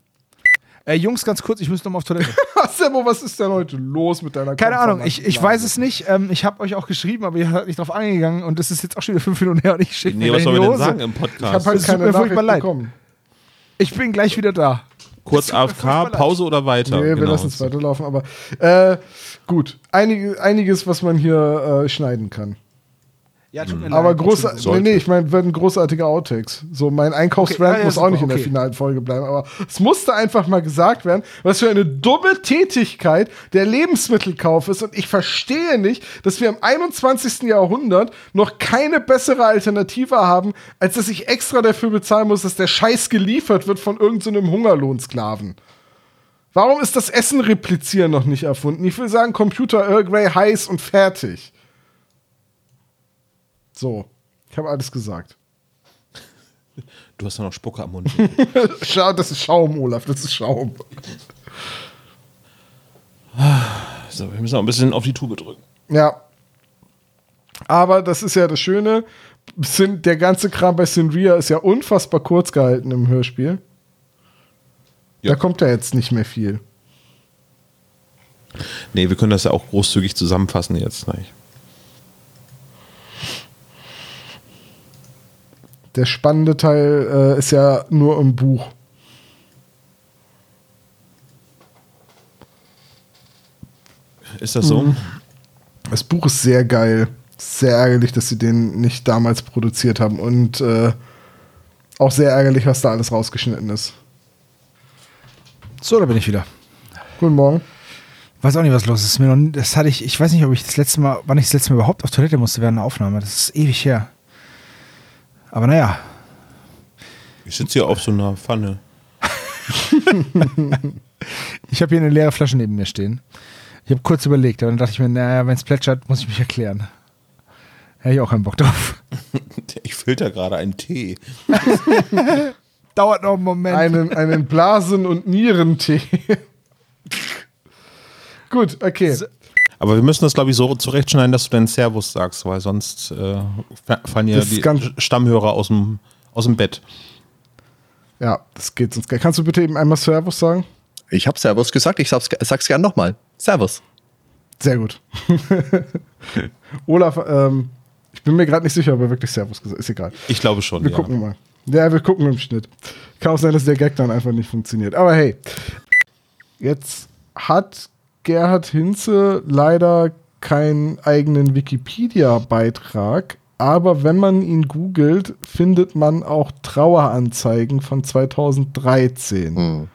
[SPEAKER 3] Äh, Jungs, ganz kurz, ich muss nochmal auf Toilette.
[SPEAKER 4] (laughs) Sebo, was ist denn heute los mit deiner
[SPEAKER 3] Keine Ahnung, ich, ich weiß es nicht. Ähm, ich habe euch auch geschrieben, aber ihr seid nicht drauf eingegangen und es ist jetzt auch schon wieder fünf Minuten her und ich schicke
[SPEAKER 1] Nee,
[SPEAKER 3] mir
[SPEAKER 1] was
[SPEAKER 3] gleich in
[SPEAKER 1] soll man
[SPEAKER 3] die
[SPEAKER 1] denn sagen
[SPEAKER 3] Hose.
[SPEAKER 1] im
[SPEAKER 4] Ich habe
[SPEAKER 1] Podcast?
[SPEAKER 4] halt
[SPEAKER 3] Es tut
[SPEAKER 4] keine
[SPEAKER 3] mir furchtbar
[SPEAKER 4] Nachricht
[SPEAKER 3] leid.
[SPEAKER 4] bekommen.
[SPEAKER 3] Ich bin gleich wieder da.
[SPEAKER 1] Kurz AFK, Pause oder weiter?
[SPEAKER 4] Nee, wir
[SPEAKER 1] Genau.
[SPEAKER 4] lassen es weiterlaufen, aber äh, gut. Einige, einiges, was man hier äh, schneiden kann.
[SPEAKER 3] Ja, tut mir
[SPEAKER 4] Aber große, nee,
[SPEAKER 1] Sollte.
[SPEAKER 4] nee, ich meine, werden großartige Outtakes. So, mein Einkaufsrand
[SPEAKER 3] Okay, ah, ja,
[SPEAKER 4] muss
[SPEAKER 3] super,
[SPEAKER 4] auch nicht in der
[SPEAKER 3] okay.
[SPEAKER 4] finalen Folge bleiben, aber es musste einfach mal gesagt werden, was für eine dumme Tätigkeit der Lebensmittelkauf ist. Und ich verstehe nicht, dass wir im 21. Jahrhundert noch keine bessere Alternative haben, als dass ich extra dafür bezahlen muss, dass der Scheiß geliefert wird von irgendeinem so Hungerlohnsklaven. Warum ist das Essen replizieren noch nicht erfunden? Ich will sagen, Computer Earl Grey heiß und fertig. So, ich habe alles gesagt.
[SPEAKER 1] Du hast ja noch Spucke am Mund.
[SPEAKER 4] (laughs) Schau, das ist Schaum, Olaf, das ist Schaum.
[SPEAKER 1] so, Also, wir müssen auch ein bisschen auf die Tube drücken.
[SPEAKER 4] Ja. Aber das ist ja das Schöne. Sin- Der ganze Kram bei Sinria ist ja unfassbar kurz gehalten im Hörspiel.
[SPEAKER 1] Ja.
[SPEAKER 4] Da kommt ja jetzt nicht mehr viel.
[SPEAKER 1] Nee, wir können das ja auch großzügig zusammenfassen jetzt. Nein.
[SPEAKER 4] Der spannende Teil äh, ist ja nur im Buch.
[SPEAKER 1] Ist das so?
[SPEAKER 4] Mhm. Das Buch ist sehr geil. Sehr ärgerlich, dass sie den nicht damals produziert haben. Und äh, auch sehr ärgerlich, was da alles rausgeschnitten ist.
[SPEAKER 3] So, da bin ich wieder.
[SPEAKER 4] Guten Morgen.
[SPEAKER 3] Weiß auch nicht, was los ist. Mir noch, nie- das hatte ich, ich weiß nicht, ob ich das letzte Mal, wann ich das letzte Mal überhaupt auf Toilette musste während einer Aufnahme. Das ist ewig her. Aber naja,
[SPEAKER 1] Ich sitze hier auf so einer Pfanne. (laughs)
[SPEAKER 3] ich habe hier eine leere Flasche neben mir stehen. Ich habe kurz überlegt, aber dann dachte ich mir, naja, wenn es plätschert, muss ich mich erklären. Hätte ich auch keinen Bock drauf.
[SPEAKER 1] Ich filter gerade einen Tee.
[SPEAKER 3] (laughs) Dauert noch einen Moment.
[SPEAKER 4] einen, einen Blasen- und Nierentee. (laughs) Gut, okay.
[SPEAKER 1] Aber wir müssen das, glaube ich, so zurechtschneiden, dass du deinen Servus sagst, weil sonst äh, fa- fallen ja
[SPEAKER 4] Das ist
[SPEAKER 1] die
[SPEAKER 4] ganz-
[SPEAKER 1] Stammhörer aus dem, aus dem Bett.
[SPEAKER 4] Ja, das geht sonst gar Kannst du bitte eben einmal Servus sagen?
[SPEAKER 9] Ich habe Servus gesagt, ich sag's, sag's gern
[SPEAKER 4] (laughs)
[SPEAKER 9] nochmal. Servus.
[SPEAKER 4] Sehr gut. Olaf, ähm, ich bin mir gerade nicht sicher, ob er wirklich Servus gesagt Ist egal.
[SPEAKER 1] Ich glaube schon.
[SPEAKER 4] Wir
[SPEAKER 1] ja.
[SPEAKER 4] gucken mal. Ja, wir gucken im Schnitt. Kann auch sein, dass der Gag dann einfach nicht funktioniert. Aber hey, jetzt hat Gerhard Hinze leider keinen eigenen Wikipedia-Beitrag, aber wenn man ihn googelt, findet man auch Traueranzeigen von 2013.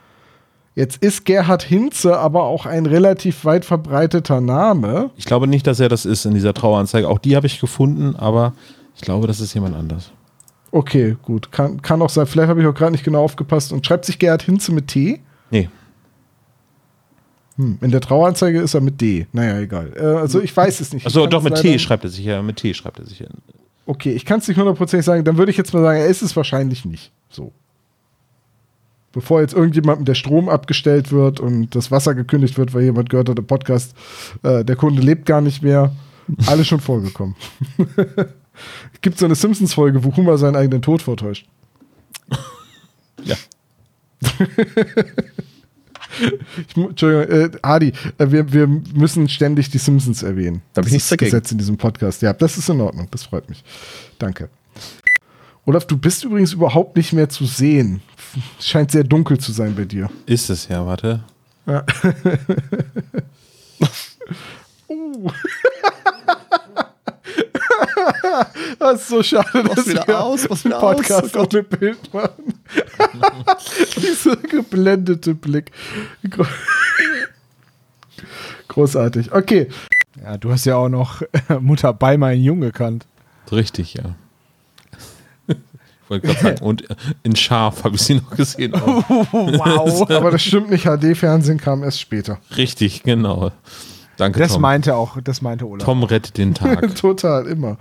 [SPEAKER 4] Jetzt ist Gerhard Hinze aber auch ein relativ weit verbreiteter Name.
[SPEAKER 1] Ich glaube nicht, dass er das ist in dieser Traueranzeige. Auch die habe ich gefunden, aber ich glaube, das ist jemand anders.
[SPEAKER 4] Okay, gut. Kann, kann auch sein. Vielleicht habe ich auch gerade nicht genau aufgepasst. Und schreibt sich Gerhard Hinze mit T?
[SPEAKER 1] Nee.
[SPEAKER 4] Hm, in der Traueranzeige ist er mit D. Naja, egal. Äh, also ich weiß es nicht.
[SPEAKER 1] Achso,
[SPEAKER 4] Ich kann
[SPEAKER 1] doch,
[SPEAKER 4] es
[SPEAKER 1] mit
[SPEAKER 4] leider-
[SPEAKER 1] T schreibt er sich ja. Mit T schreibt er sich ja.
[SPEAKER 4] Okay, ich kann es nicht hundertprozentig sagen. Dann würde ich jetzt mal sagen, er ist es wahrscheinlich nicht. So. Bevor jetzt irgendjemandem der Strom abgestellt wird und das Wasser gekündigt wird, weil jemand gehört hat im Podcast, äh, der Kunde lebt gar nicht mehr. Alles schon vorgekommen. (laughs) Gibt so eine Simpsons-Folge, wo Homer seinen eigenen Tod vortäuscht.
[SPEAKER 1] Ja.
[SPEAKER 4] Ich, mu- Entschuldigung, äh, Adi, äh, wir, wir müssen ständig die Simpsons erwähnen.
[SPEAKER 9] Da hab ich
[SPEAKER 4] das
[SPEAKER 9] nichts
[SPEAKER 4] ist
[SPEAKER 9] dagegen.
[SPEAKER 4] Gesetz in diesem Podcast. Ja, das ist in Ordnung. Das freut mich. Danke. Olaf, du bist übrigens überhaupt nicht mehr zu sehen. Scheint sehr dunkel zu sein bei dir.
[SPEAKER 1] Ist es ja, warte.
[SPEAKER 4] (laughs) Uh. (laughs) Das ist so schade,
[SPEAKER 9] Mach's wieder aus, mach's wieder aus.
[SPEAKER 4] Podcast
[SPEAKER 9] Oh Gott.
[SPEAKER 4] ohne Bild machen. (laughs) Dieser geblendete Blick. Gro- Großartig. Okay.
[SPEAKER 3] Ja, du hast ja auch noch (laughs) Mutter bei meinen Jungen gekannt.
[SPEAKER 1] Richtig, ja. Ich wollte gerade sagen, und in scharf habe ich sie noch (laughs) gesehen. Auch.
[SPEAKER 3] (laughs) Wow.
[SPEAKER 4] Aber das stimmt nicht. HD-Fernsehen kam erst später.
[SPEAKER 1] Richtig, genau. Danke,
[SPEAKER 3] Das
[SPEAKER 1] Tom.
[SPEAKER 3] meinte auch, das meinte Olaf.
[SPEAKER 1] Tom rettet den
[SPEAKER 4] (laughs)
[SPEAKER 1] Tag.
[SPEAKER 4] Total, immer.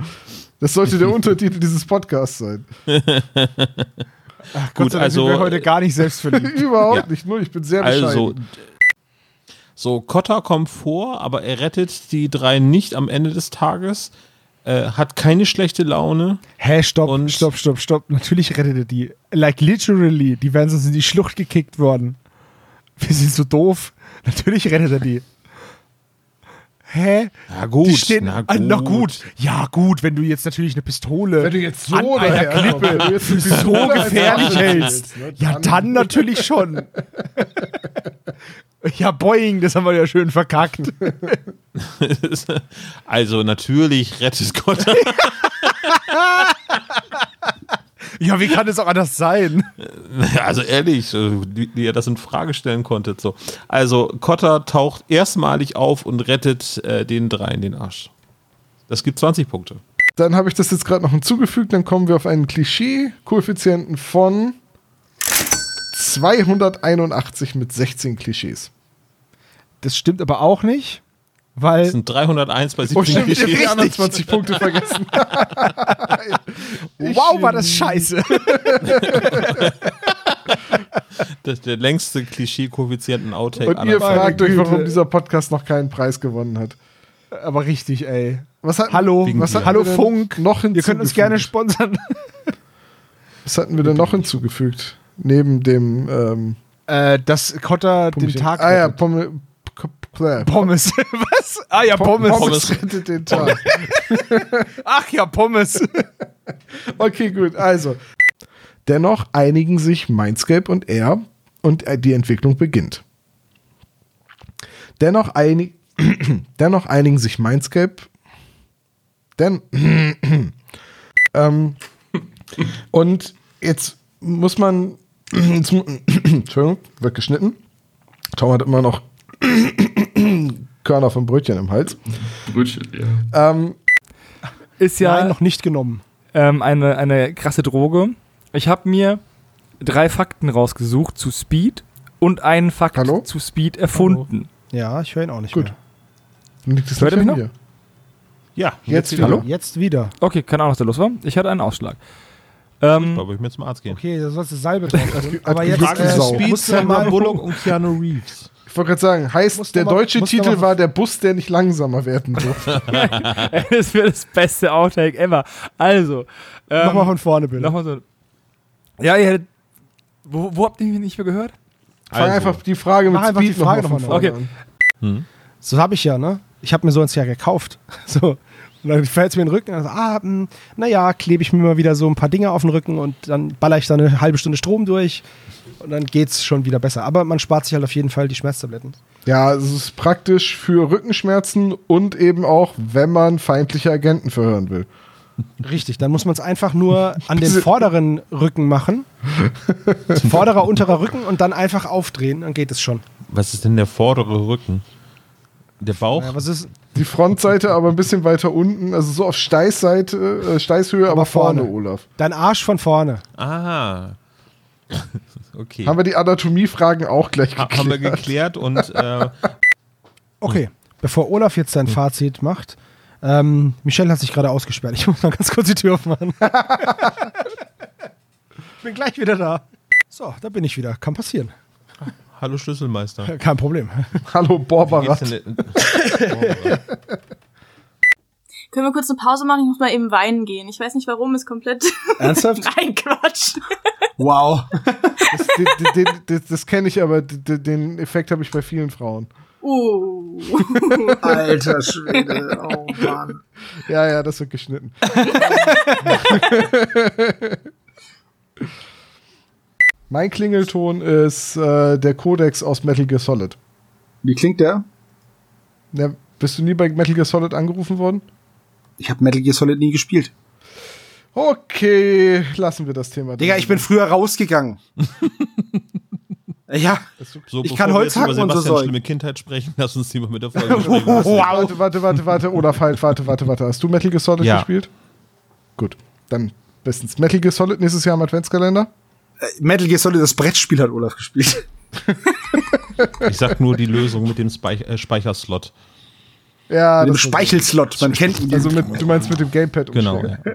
[SPEAKER 4] Das
[SPEAKER 3] (laughs)
[SPEAKER 4] sollte der Untertitel dieses Podcasts sein.
[SPEAKER 3] Gott
[SPEAKER 1] Gut,
[SPEAKER 3] sei Dank sind wir
[SPEAKER 1] also,
[SPEAKER 3] heute gar nicht selbstverliebt.
[SPEAKER 4] Überhaupt
[SPEAKER 1] Ja.
[SPEAKER 4] nicht. Nur ich bin sehr bescheiden.
[SPEAKER 1] also, so Kotter kommt vor, aber er rettet die drei nicht am Ende des Tages, äh, hat keine schlechte Laune. (laughs)
[SPEAKER 3] Hä, stopp,
[SPEAKER 1] Und-
[SPEAKER 3] stopp, stopp, stopp. Natürlich rettet er die. Like literally, die wären sonst in die Schlucht gekickt worden. Wir sind so doof. Natürlich rettet er die. Hä?
[SPEAKER 1] Na gut,
[SPEAKER 3] die stehen,
[SPEAKER 1] na
[SPEAKER 3] Ah, na gut.
[SPEAKER 1] gut.
[SPEAKER 3] Ja, gut, wenn du jetzt natürlich eine Pistole
[SPEAKER 4] Wenn du jetzt so
[SPEAKER 3] an einer
[SPEAKER 4] daher
[SPEAKER 3] Klippe
[SPEAKER 4] kommst, jetzt die
[SPEAKER 3] so
[SPEAKER 4] Pistole
[SPEAKER 3] gefährlich
[SPEAKER 4] als Waffe
[SPEAKER 3] hältst.
[SPEAKER 4] willst, ne,
[SPEAKER 3] Ja,
[SPEAKER 4] dann-
[SPEAKER 3] dann natürlich schon. Ja, Boeing, das haben wir ja schön verkackt.
[SPEAKER 1] also natürlich rettet
[SPEAKER 4] (laughs)
[SPEAKER 1] Kotter.
[SPEAKER 3] Ja, wie kann das auch anders sein?
[SPEAKER 1] Also ehrlich, äh, wie wie ihr das in Frage stellen konntet. So. Also Kotter taucht erstmalig auf und rettet äh, den drei in den Arsch. Das gibt 20 Punkte.
[SPEAKER 4] Dann habe ich das jetzt gerade noch hinzugefügt. Dann kommen wir auf einen Klischee-Koeffizienten von 281 mit 16 Klischees.
[SPEAKER 3] Das stimmt aber auch nicht, weil.
[SPEAKER 1] Das sind 301 bei 17
[SPEAKER 4] Oh, ich habe die
[SPEAKER 1] Klischees.
[SPEAKER 4] anderen
[SPEAKER 3] (laughs)
[SPEAKER 4] 20 Punkte vergessen.
[SPEAKER 3] Wow, war das scheiße.
[SPEAKER 1] Das, der längste Klischee-Koeffizienten Outtake
[SPEAKER 4] Und ihr
[SPEAKER 1] aller Zeiten.
[SPEAKER 4] fragt euch, warum
[SPEAKER 3] Güte.
[SPEAKER 4] dieser Podcast noch keinen Preis gewonnen hat.
[SPEAKER 3] (laughs) Aber richtig, ey.
[SPEAKER 4] Was hatten,
[SPEAKER 3] Hallo,
[SPEAKER 1] Wegen
[SPEAKER 4] was
[SPEAKER 1] dir.
[SPEAKER 4] hatten
[SPEAKER 3] hallo
[SPEAKER 4] wir denn
[SPEAKER 3] Funk.
[SPEAKER 4] Noch
[SPEAKER 3] Ihr könnt uns
[SPEAKER 4] hinzugefügt?
[SPEAKER 3] gerne sponsern.
[SPEAKER 4] Was hatten wir denn noch hinzugefügt? Neben dem ähm,
[SPEAKER 3] äh, dass Cotter den
[SPEAKER 4] Pumpchen-
[SPEAKER 3] Tag
[SPEAKER 4] Ah ja,
[SPEAKER 3] rettet.
[SPEAKER 4] Pomme, K- Plä-
[SPEAKER 3] Pommes. (laughs) Was? Ah ja, Pommes.
[SPEAKER 4] Pommes.
[SPEAKER 1] Pommes.
[SPEAKER 4] rettet den Tag.
[SPEAKER 3] Ach ja, Pommes.
[SPEAKER 4] Okay, gut, also. Dennoch einigen sich Mindscape und er und äh, die Entwicklung beginnt. Dennoch, einig, (clears throat) dennoch einigen sich Mindscape. Denn. (clears throat) ähm, und jetzt muss man. Jetzt, mu- (clears throat) Entschuldigung, wird geschnitten. Tom hat immer noch (clears throat) Körner vom Brötchen im Hals.
[SPEAKER 10] Brötchen, ja.
[SPEAKER 4] Ähm,
[SPEAKER 7] Ist ja
[SPEAKER 3] Nein, noch nicht genommen.
[SPEAKER 7] ähm, eine, eine krasse Droge. Ich habe mir drei Fakten rausgesucht zu Speed und einen Fakt
[SPEAKER 4] Hallo?
[SPEAKER 7] zu Speed erfunden.
[SPEAKER 3] Ja, ich höre ihn auch nicht
[SPEAKER 4] Gut.
[SPEAKER 3] mehr.
[SPEAKER 4] liegt es
[SPEAKER 7] Hört ihr
[SPEAKER 4] nicht
[SPEAKER 7] mich
[SPEAKER 4] an
[SPEAKER 7] noch?
[SPEAKER 4] mir.
[SPEAKER 1] Ja,
[SPEAKER 4] Jetzt wieder.
[SPEAKER 3] Hallo? Jetzt wieder.
[SPEAKER 7] Okay, keine Ahnung, was da los war. Ich hatte einen Ausschlag. Ähm,
[SPEAKER 1] glaube ich, mir zum Arzt gehen.
[SPEAKER 3] Okay, da sollst du Salbe (laughs) drauf. tun. Aber
[SPEAKER 4] hat
[SPEAKER 3] jetzt äh,
[SPEAKER 4] gejuckt, die Sau.
[SPEAKER 3] Speed,
[SPEAKER 1] Speed,
[SPEAKER 3] ja
[SPEAKER 1] Sandra
[SPEAKER 3] mal
[SPEAKER 1] Bullock und Keanu Reeves.
[SPEAKER 4] Ich wollte gerade sagen, heißt,
[SPEAKER 3] Muss
[SPEAKER 4] der
[SPEAKER 3] noch mal-
[SPEAKER 4] deutsche
[SPEAKER 3] muss noch
[SPEAKER 4] Titel
[SPEAKER 3] mal-
[SPEAKER 4] war der Bus, der nicht langsamer
[SPEAKER 1] (laughs)
[SPEAKER 4] werden durfte.
[SPEAKER 7] (laughs) das wäre das beste Outtake ever. Also. Ähm,
[SPEAKER 3] nochmal von vorne, bitte.
[SPEAKER 7] Nochmal so. Ja, ihr hättet. Wo, wo habt ihr mich nicht mehr gehört?
[SPEAKER 4] Fang
[SPEAKER 1] Also.
[SPEAKER 4] einfach die Frage mit
[SPEAKER 3] Mach einfach die
[SPEAKER 4] Speed
[SPEAKER 3] Frage
[SPEAKER 4] noch mal
[SPEAKER 3] noch
[SPEAKER 4] von
[SPEAKER 3] mal
[SPEAKER 4] vorne
[SPEAKER 7] an.
[SPEAKER 4] an.
[SPEAKER 3] So habe ich ja, ne? Ich habe mir so eins ja gekauft. (laughs) So, Und dann fällt's mir in den Rücken und dann so, ah, hm, naja, klebe ich mir mal wieder so ein paar Dinge auf den Rücken und dann baller ich da eine halbe Stunde Strom durch und dann geht's schon wieder besser. Aber man spart sich halt auf jeden Fall die Schmerztabletten.
[SPEAKER 4] Ja, es ist praktisch für Rückenschmerzen und eben auch, wenn man feindliche Agenten verhören will.
[SPEAKER 3] Richtig, dann muss man es einfach nur an den vorderen Rücken machen. Vorderer, unterer Rücken und dann einfach aufdrehen, dann geht es schon.
[SPEAKER 1] Was ist denn der vordere Rücken? Der Bauch?
[SPEAKER 3] Ja, was ist
[SPEAKER 4] Die Frontseite aber ein bisschen weiter unten, also so auf Steißseite, äh, Steißhöhe, aber, vorne, Olaf.
[SPEAKER 3] dein Arsch von vorne?
[SPEAKER 1] Ah. (laughs) Okay.
[SPEAKER 4] Haben wir die Anatomiefragen auch gleich (laughs)
[SPEAKER 1] Ha- haben wir
[SPEAKER 4] geklärt?
[SPEAKER 1] geklärt und äh,
[SPEAKER 3] Okay, bevor Olaf jetzt sein Fazit macht, ähm, Michelle hat sich gerade ausgesperrt. Ich muss mal ganz kurz die Tür (laughs) aufmachen. bin gleich wieder da. So, da bin ich wieder. Kann passieren.
[SPEAKER 1] hallo Schlüsselmeister.
[SPEAKER 3] Kein Problem.
[SPEAKER 4] Hallo
[SPEAKER 1] Wie geht's
[SPEAKER 4] Borbarat.
[SPEAKER 1] denn-
[SPEAKER 6] Können wir kurz eine Pause machen? Ich muss mal eben weinen gehen. Ich weiß nicht warum, ist komplett.
[SPEAKER 5] Ernsthaft?
[SPEAKER 6] Nein, Quatsch.
[SPEAKER 5] Wow.
[SPEAKER 4] Das, den- den- den- das kenne ich aber, den den Effekt habe ich bei vielen Frauen.
[SPEAKER 6] Uh.
[SPEAKER 5] (laughs) Alter Schwede. Oh Mann.
[SPEAKER 4] Ja, ja, das
[SPEAKER 5] (laughs)
[SPEAKER 4] wird geschnitten. mein Klingelton ist äh, der Codex aus Metal Gear Solid.
[SPEAKER 5] Wie klingt der?
[SPEAKER 4] Ja, bist du nie bei Metal Gear Solid angerufen worden?
[SPEAKER 5] Ich habe Metal Gear Solid nie gespielt.
[SPEAKER 4] Okay, lassen wir das Thema.
[SPEAKER 5] Digga, ich bin früher
[SPEAKER 10] (laughs)
[SPEAKER 5] rausgegangen. ja,
[SPEAKER 1] So,
[SPEAKER 5] Ich
[SPEAKER 1] bevor
[SPEAKER 5] kann
[SPEAKER 1] wir jetzt
[SPEAKER 5] Holz
[SPEAKER 1] über
[SPEAKER 5] hacken und so
[SPEAKER 1] Sebastians
[SPEAKER 5] Zeug.
[SPEAKER 1] schlimme Kindheit sprechen, (laughs) lass uns lieber mit der Folge sprechen.
[SPEAKER 4] Warte, warte, warte, warte. Olaf, halt, warte, warte, warte. Hast du Metal Gear Solid
[SPEAKER 1] Ja.
[SPEAKER 4] gespielt? Gut, dann bestens. Metal Gear Solid nächstes Jahr im Adventskalender?
[SPEAKER 5] Metal Gear Solid, das Brettspiel hat Olaf gespielt.
[SPEAKER 1] Ich sag nur die Lösung mit dem Speich äh, Speicherslot.
[SPEAKER 4] Ja,
[SPEAKER 5] Mit dem
[SPEAKER 4] das-
[SPEAKER 5] Speichelslot,
[SPEAKER 10] (laughs)
[SPEAKER 5] man kennt ihn.
[SPEAKER 4] Also mit, du meinst mit dem Gamepad
[SPEAKER 1] Genau.
[SPEAKER 4] umstellen.
[SPEAKER 1] ja.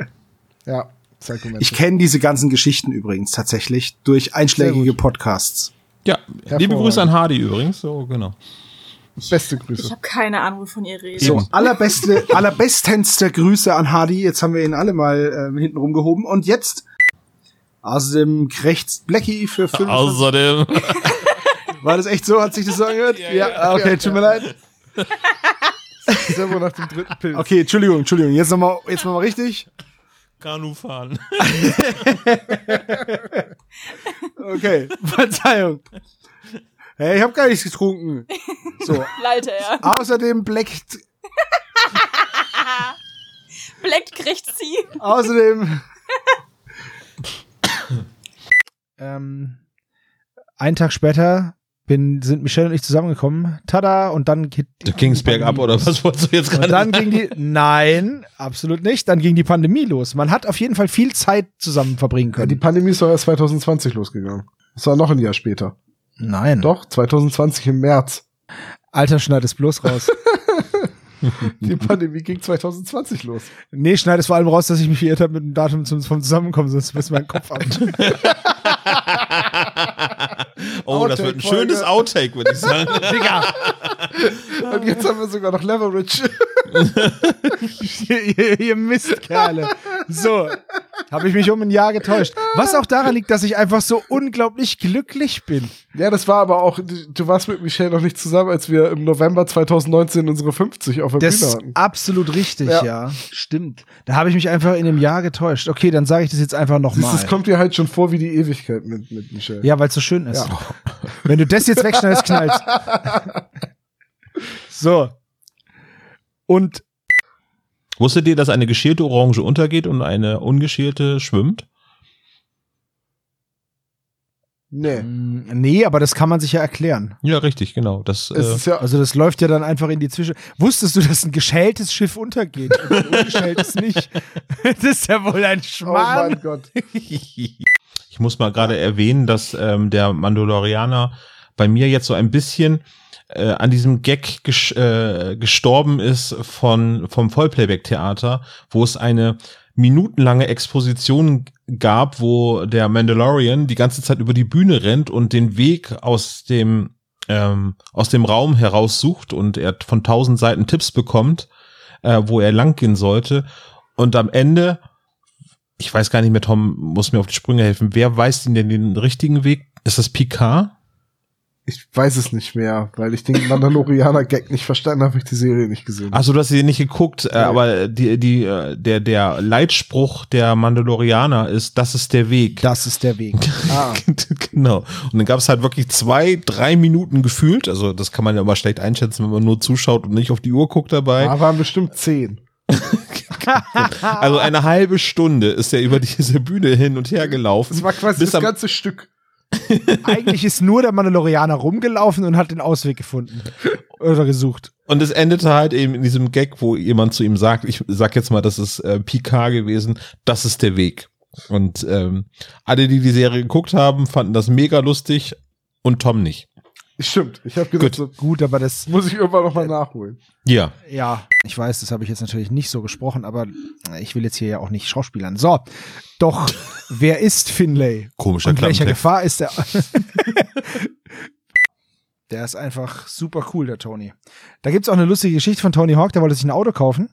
[SPEAKER 4] Ja, Psycho Mansion.
[SPEAKER 5] ich kenne diese ganzen Geschichten übrigens tatsächlich durch einschlägige Podcasts.
[SPEAKER 1] Ja, liebe Grüße an Hardy übrigens. So, genau.
[SPEAKER 4] Beste
[SPEAKER 6] Ich
[SPEAKER 4] Grüße.
[SPEAKER 6] habe keine Ahnung, wovon ihr redet.
[SPEAKER 5] So,
[SPEAKER 1] Eben.
[SPEAKER 5] allerbeste, allerbestenste Grüße an Hardy. Jetzt haben wir ihn alle mal ähm, hinten rumgehoben. Und jetzt außerdem krächzt Blackie für fünf.
[SPEAKER 1] Außerdem.
[SPEAKER 5] War das echt so? Hat sich das so angehört? Ja, okay, tut mir leid.
[SPEAKER 4] Selber nach dem dritten Pilz.
[SPEAKER 5] Okay, Entschuldigung, Entschuldigung. Jetzt nochmal, jetzt nochmal richtig.
[SPEAKER 1] Kanu fahren.
[SPEAKER 5] Okay, Verzeihung. Hey, ich habe gar nichts getrunken. So,
[SPEAKER 6] Leiter, ja.
[SPEAKER 5] außerdem bleckt,
[SPEAKER 6] Black kriegt sie.
[SPEAKER 5] außerdem
[SPEAKER 3] Ähm, einen Tag später bin, sind Michelle und ich zusammengekommen. Hm, Tada! Und dann geht
[SPEAKER 1] Du ging's bergab oder was wolltest du jetzt
[SPEAKER 3] Und
[SPEAKER 1] gerade
[SPEAKER 3] dann
[SPEAKER 1] sagen?
[SPEAKER 3] ging die. Nein, absolut nicht. Dann ging die Pandemie los. Man hat auf jeden Fall viel Zeit zusammen verbringen
[SPEAKER 4] Ja, Die
[SPEAKER 3] können.
[SPEAKER 4] Pandemie ist doch erst 2020 losgegangen. Das war noch ein Jahr später.
[SPEAKER 3] Nein. Doch.
[SPEAKER 4] Doch, 2020 im März.
[SPEAKER 3] Alter, schneid es bloß (laughs) raus.
[SPEAKER 4] Die Pandemie ging 2020 los.
[SPEAKER 3] nee, schneid es vor allem raus, dass ich mich verirrt habe mit dem Datum zum, vom Zusammenkommen, sonst bist mein (laughs) Kopf ab.
[SPEAKER 1] (laughs) Oh, das wird ein schönes Outtake, würde ich sagen.
[SPEAKER 4] Und jetzt haben wir sogar noch Leverage.
[SPEAKER 3] ihr, ihr, ihr Mistkerle. So, habe ich mich um ein Jahr getäuscht. Was auch daran liegt, dass ich einfach so unglaublich glücklich bin.
[SPEAKER 4] (laughs) Ja, das war aber auch, du warst mit Michelle noch nicht zusammen, als wir im November 2019 unsere 50 auf der
[SPEAKER 3] Das
[SPEAKER 4] Bühne
[SPEAKER 3] ist
[SPEAKER 4] hatten.
[SPEAKER 3] absolut richtig,
[SPEAKER 4] Ja.
[SPEAKER 3] ja. Stimmt. Da habe ich mich einfach in einem Jahr getäuscht. Okay, dann sage ich das jetzt einfach
[SPEAKER 4] Das, das
[SPEAKER 3] nochmal.
[SPEAKER 4] kommt dir halt schon vor wie die Ewigkeit mit, mit Michelle.
[SPEAKER 3] Ja, weil es so schön ist.
[SPEAKER 4] Ja.
[SPEAKER 3] Wenn du das jetzt wegschneidest,
[SPEAKER 4] (laughs)
[SPEAKER 3] knallt. so. Und
[SPEAKER 1] Wusstet ihr, dass eine geschälte Orange untergeht und eine ungeschälte schwimmt?
[SPEAKER 4] Nee.
[SPEAKER 1] Äh,
[SPEAKER 3] mh, ähm, nee, aber das kann man sich ja erklären.
[SPEAKER 1] Ja, richtig, genau. Das,
[SPEAKER 4] Es
[SPEAKER 1] äh,
[SPEAKER 4] ist ja, oh
[SPEAKER 3] Also das läuft ja dann einfach in die Zwischen. Wusstest du, dass ein geschältes Schiff untergeht? Und ein ungeschältes nicht. (laughs) Das ist ja wohl ein
[SPEAKER 4] oh
[SPEAKER 3] Schmarrn.
[SPEAKER 4] mein Gott.
[SPEAKER 1] Ich muss mal gerade erwähnen, dass ähm, der Mandalorianer bei mir jetzt so ein bisschen äh, an diesem Gag ges äh, gestorben ist von, vom Vollplayback-Theater, wo es eine minutenlange Exposition gab, wo der Mandalorian die ganze Zeit über die Bühne rennt und den Weg aus dem ähm, aus dem Raum heraussucht und er von tausend Seiten Tipps bekommt, äh, wo er lang gehen sollte. Und am Ende, ich weiß gar nicht mehr, Tom muss mir auf die Sprünge helfen, wer weist ihm denn den richtigen Weg? Ist das Picard?
[SPEAKER 4] Ich weiß es nicht mehr, weil ich den Mandalorianer-Gag nicht verstanden habe, weil ich die Serie nicht gesehen.
[SPEAKER 1] Achso, du hast sie nicht geguckt, äh, aber die, die, äh, der, der Leitspruch der Mandalorianer ist, das ist der Weg. (laughs)
[SPEAKER 3] Das ist der Weg.
[SPEAKER 1] genau. Und dann gab es halt wirklich zwei, drei Minuten gefühlt. Also das kann man ja immer schlecht einschätzen, wenn man nur zuschaut und nicht auf die Uhr guckt dabei.
[SPEAKER 4] Da waren bestimmt zehn.
[SPEAKER 1] Also eine halbe Stunde ist er über (laughs) diese Bühne hin und her gelaufen.
[SPEAKER 4] Das war quasi
[SPEAKER 1] bis
[SPEAKER 4] das
[SPEAKER 1] am,
[SPEAKER 4] ganze Stück.
[SPEAKER 3] Eigentlich ist nur der Mandalorianer rumgelaufen und hat den Ausweg gefunden. Oder gesucht.
[SPEAKER 1] und es endete halt eben in diesem Gag, wo jemand zu ihm sagt, ich sag jetzt mal, das ist äh, PK gewesen, das ist der Weg. Und ähm, alle, die die Serie geguckt haben, fanden das mega lustig und Tom nicht.
[SPEAKER 4] Stimmt. Ich habe gedacht, so,
[SPEAKER 3] Gut, aber das.
[SPEAKER 4] muss ich irgendwann nochmal nachholen.
[SPEAKER 1] Ja.
[SPEAKER 3] Ja, ich weiß, das habe ich jetzt natürlich nicht so gesprochen, aber ich will jetzt hier ja auch nicht schauspielern. So, doch, wer ist Finlay?
[SPEAKER 1] Komischer
[SPEAKER 3] Und welcher
[SPEAKER 1] Klappentext.
[SPEAKER 3] Gefahr ist er? (laughs) der ist einfach super cool, der Tony. Da gibt's auch eine lustige Geschichte von Tony Hawk, der wollte sich ein Auto kaufen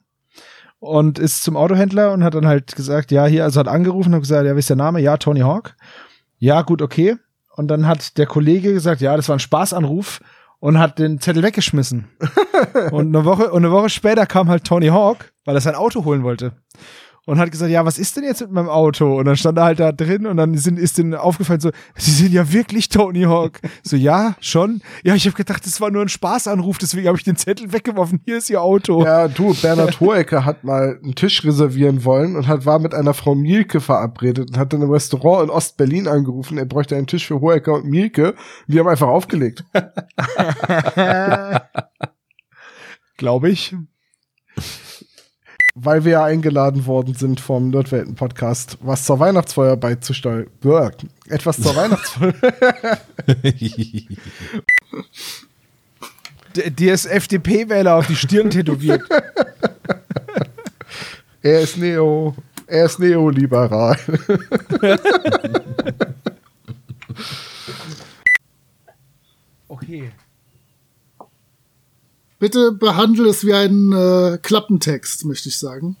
[SPEAKER 3] und ist zum Autohändler und hat dann halt gesagt, ja, hier, also hat angerufen und gesagt, ja, wie ist der Name? Ja, Tony Hawk. Ja, gut, okay. Und dann hat der Kollege gesagt, ja, das war ein Spaßanruf und hat den Zettel weggeschmissen. und eine Woche und eine Woche später kam halt Tony Hawk, weil er sein Auto holen wollte. Und hat gesagt, ja, was ist denn jetzt mit meinem Auto? Und dann stand er halt da drin und dann sind, ist denen aufgefallen, so, sie sind ja wirklich Tony Hawk. So, ja, schon. Ja, ich habe gedacht, das war nur ein Spaßanruf, deswegen habe ich den Zettel weggeworfen. Hier ist ihr Auto.
[SPEAKER 4] Ja, du, Bernhard Hohecker hat mal einen Tisch reservieren wollen und hat, war mit einer Frau Mielke verabredet und hat dann im Restaurant in Ostberlin angerufen, er bräuchte einen Tisch für Hohecker und Mielke. Und die haben einfach aufgelegt.
[SPEAKER 3] Glaube ich.
[SPEAKER 4] weil wir ja eingeladen worden sind vom Nerdwelten-Podcast, was zur Weihnachtsfeier beizusteuern. Bäh, Etwas zur Weihnachtsfeier.
[SPEAKER 1] (laughs)
[SPEAKER 3] D dir ist FDP-Wähler auf die Stirn tätowiert.
[SPEAKER 4] er ist Neo. Er ist neoliberal.
[SPEAKER 3] Okay.
[SPEAKER 10] Bitte behandle es wie einen äh, Klappentext, möchte ich sagen.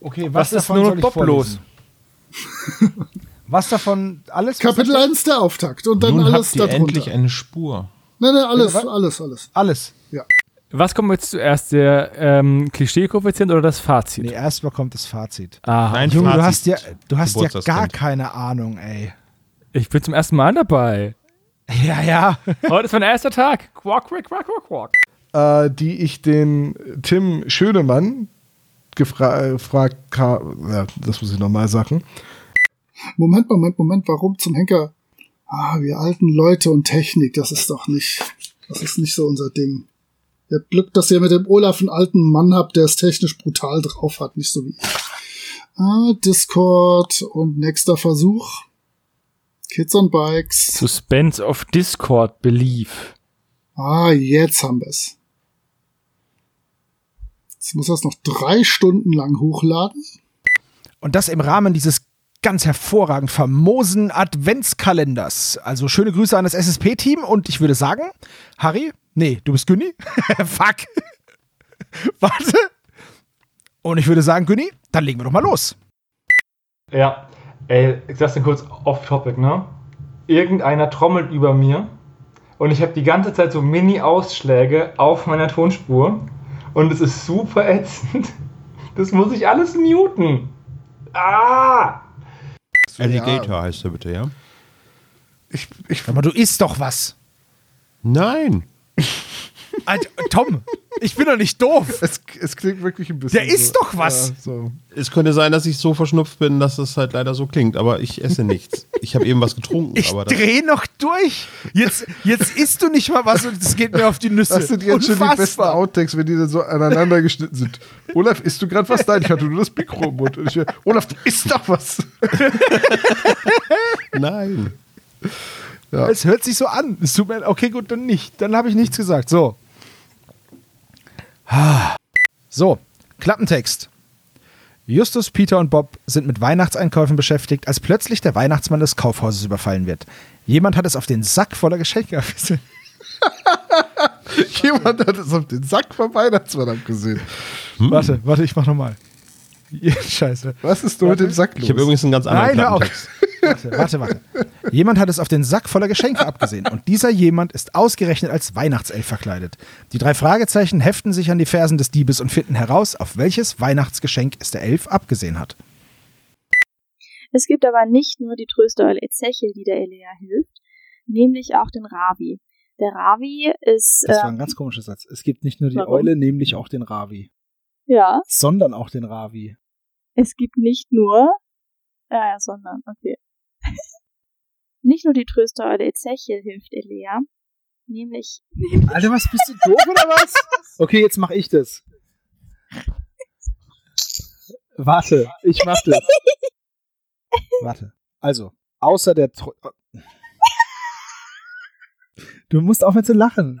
[SPEAKER 3] Okay,
[SPEAKER 7] Was, ist nur noch
[SPEAKER 3] los?
[SPEAKER 7] Bob
[SPEAKER 3] (laughs) Was davon alles? was
[SPEAKER 10] Kapitel 1 der Auftakt und dann
[SPEAKER 1] Nun
[SPEAKER 10] alles
[SPEAKER 1] habt ihr
[SPEAKER 10] darunter.
[SPEAKER 1] endlich
[SPEAKER 10] Nein,
[SPEAKER 1] eine Spur.
[SPEAKER 10] nein, alles,
[SPEAKER 3] Bitte
[SPEAKER 10] alles, alles.
[SPEAKER 3] Alles.
[SPEAKER 7] Was kommt jetzt zuerst, der ähm, Klischee-Koeffizient oder das Fazit?
[SPEAKER 3] Nee, erstmal kommt das Fazit.
[SPEAKER 7] Ah,
[SPEAKER 1] Nein,
[SPEAKER 3] Junge, du
[SPEAKER 1] Fazit.
[SPEAKER 3] hast ja, du hast ja gar
[SPEAKER 1] Geburtstagskind.
[SPEAKER 3] keine Ahnung, ey.
[SPEAKER 7] ich bin zum ersten Mal dabei.
[SPEAKER 3] (laughs) Ja, ja.
[SPEAKER 7] Heute ist mein erster Tag. Quack, quack, quack, quack, quack.
[SPEAKER 4] äh, die ich den Tim Schönemann gefra- äh, gefragt habe. Ja, das muss ich nochmal sagen.
[SPEAKER 10] Moment, Moment, Moment, warum zum Henker? Ah, wir alten Leute und Technik, das ist doch nicht, das ist nicht so unser Ding. Ihr habt Glück, dass ihr mit dem Olaf einen alten Mann habt, der es technisch brutal drauf hat, nicht so wie ich. Ah, Discord und nächster Versuch. Kids on Bikes.
[SPEAKER 7] Suspense of Discord Belief.
[SPEAKER 10] Ah, jetzt haben wir's. Jetzt muss das noch drei Stunden lang hochladen.
[SPEAKER 3] Und das im Rahmen dieses ganz hervorragend famosen Adventskalenders. Also schöne Grüße an das SSP-Team und ich würde sagen, Harry, nee, du bist Günni. (laughs) Fuck. Warte. Und ich würde sagen, Günni, dann legen wir doch mal los.
[SPEAKER 11] Ja, ey, ich sag's dir kurz off-topic, ne? Irgendeiner trommelt über mir und ich habe die ganze Zeit so Mini-Ausschläge auf meiner Tonspur und es ist super ätzend. Das muss ich alles muten. Ah!
[SPEAKER 1] Alligator heißt er bitte, ja?
[SPEAKER 3] Aber du isst doch was.
[SPEAKER 1] Nein.
[SPEAKER 3] Alter, Ah, Tom, ich bin doch nicht doof.
[SPEAKER 4] Es, es klingt wirklich ein bisschen.
[SPEAKER 3] Der ist doch was.
[SPEAKER 4] Ja, so.
[SPEAKER 1] Es könnte sein, dass ich so verschnupft bin, dass es halt leider so klingt, aber ich esse nichts. Ich habe eben was getrunken,
[SPEAKER 3] Ich
[SPEAKER 1] aber das,
[SPEAKER 3] dreh noch durch. Jetzt, jetzt isst du nicht mal was und es geht mir auf die Nüsse.
[SPEAKER 4] Das sind jetzt schon die besten Outtakes, wenn die dann so aneinander geschnitten sind. Olaf, isst du gerade was? Nein, ich hatte nur das Mikro im Mund. Und ich, wär- Olaf, du isst doch (laughs) was.
[SPEAKER 1] nein.
[SPEAKER 3] Es hört sich so an. Es tut mir, okay, gut, dann nicht. Dann habe ich nichts gesagt. So. Ah. So, Klappentext. Justus, Peter und Bob sind mit Weihnachtseinkäufen beschäftigt, als plötzlich der Weihnachtsmann des Kaufhauses überfallen wird. Jemand hat es auf den Sack voller Geschenke (laughs) abgesehen.
[SPEAKER 4] Jemand hat es auf den Sack vom Weihnachtsmann abgesehen. Hm.
[SPEAKER 3] Warte, warte, ich mach nochmal. (laughs) Scheiße.
[SPEAKER 4] Was ist nur mit dem Sack los?
[SPEAKER 1] Ich habe übrigens einen ganz anderen
[SPEAKER 3] Nein, hör auf.
[SPEAKER 1] Klappentext.
[SPEAKER 3] Warte, warte, warte. Jemand hat es auf den Sack voller Geschenke abgesehen und dieser jemand ist ausgerechnet als Weihnachtself verkleidet. Die drei Fragezeichen heften sich an die Fersen des Diebes und finden heraus, auf welches Weihnachtsgeschenk es der Elf abgesehen hat.
[SPEAKER 12] Es gibt aber nicht nur die Tröstereule Ezechiel, die der Elea hilft, nämlich auch den Ravi. Der Ravi ist.
[SPEAKER 3] Das war
[SPEAKER 12] ähm,
[SPEAKER 3] ein ganz komischer Satz. Es gibt nicht nur die
[SPEAKER 12] Warum?
[SPEAKER 3] Eule, nämlich auch den Ravi,
[SPEAKER 12] ja,
[SPEAKER 3] sondern auch den Ravi.
[SPEAKER 12] es gibt nicht nur. ah Ja, ja, sondern, okay. (laughs) nicht nur die Tröstereule Ezechiel hilft Elea, nämlich.
[SPEAKER 3] Alter, was bist du doof oder was? Okay, jetzt mache ich das. Warte, ich mach das. Warte. Also, außer der
[SPEAKER 12] (laughs)
[SPEAKER 3] Tro Du musst aufhören zu lachen.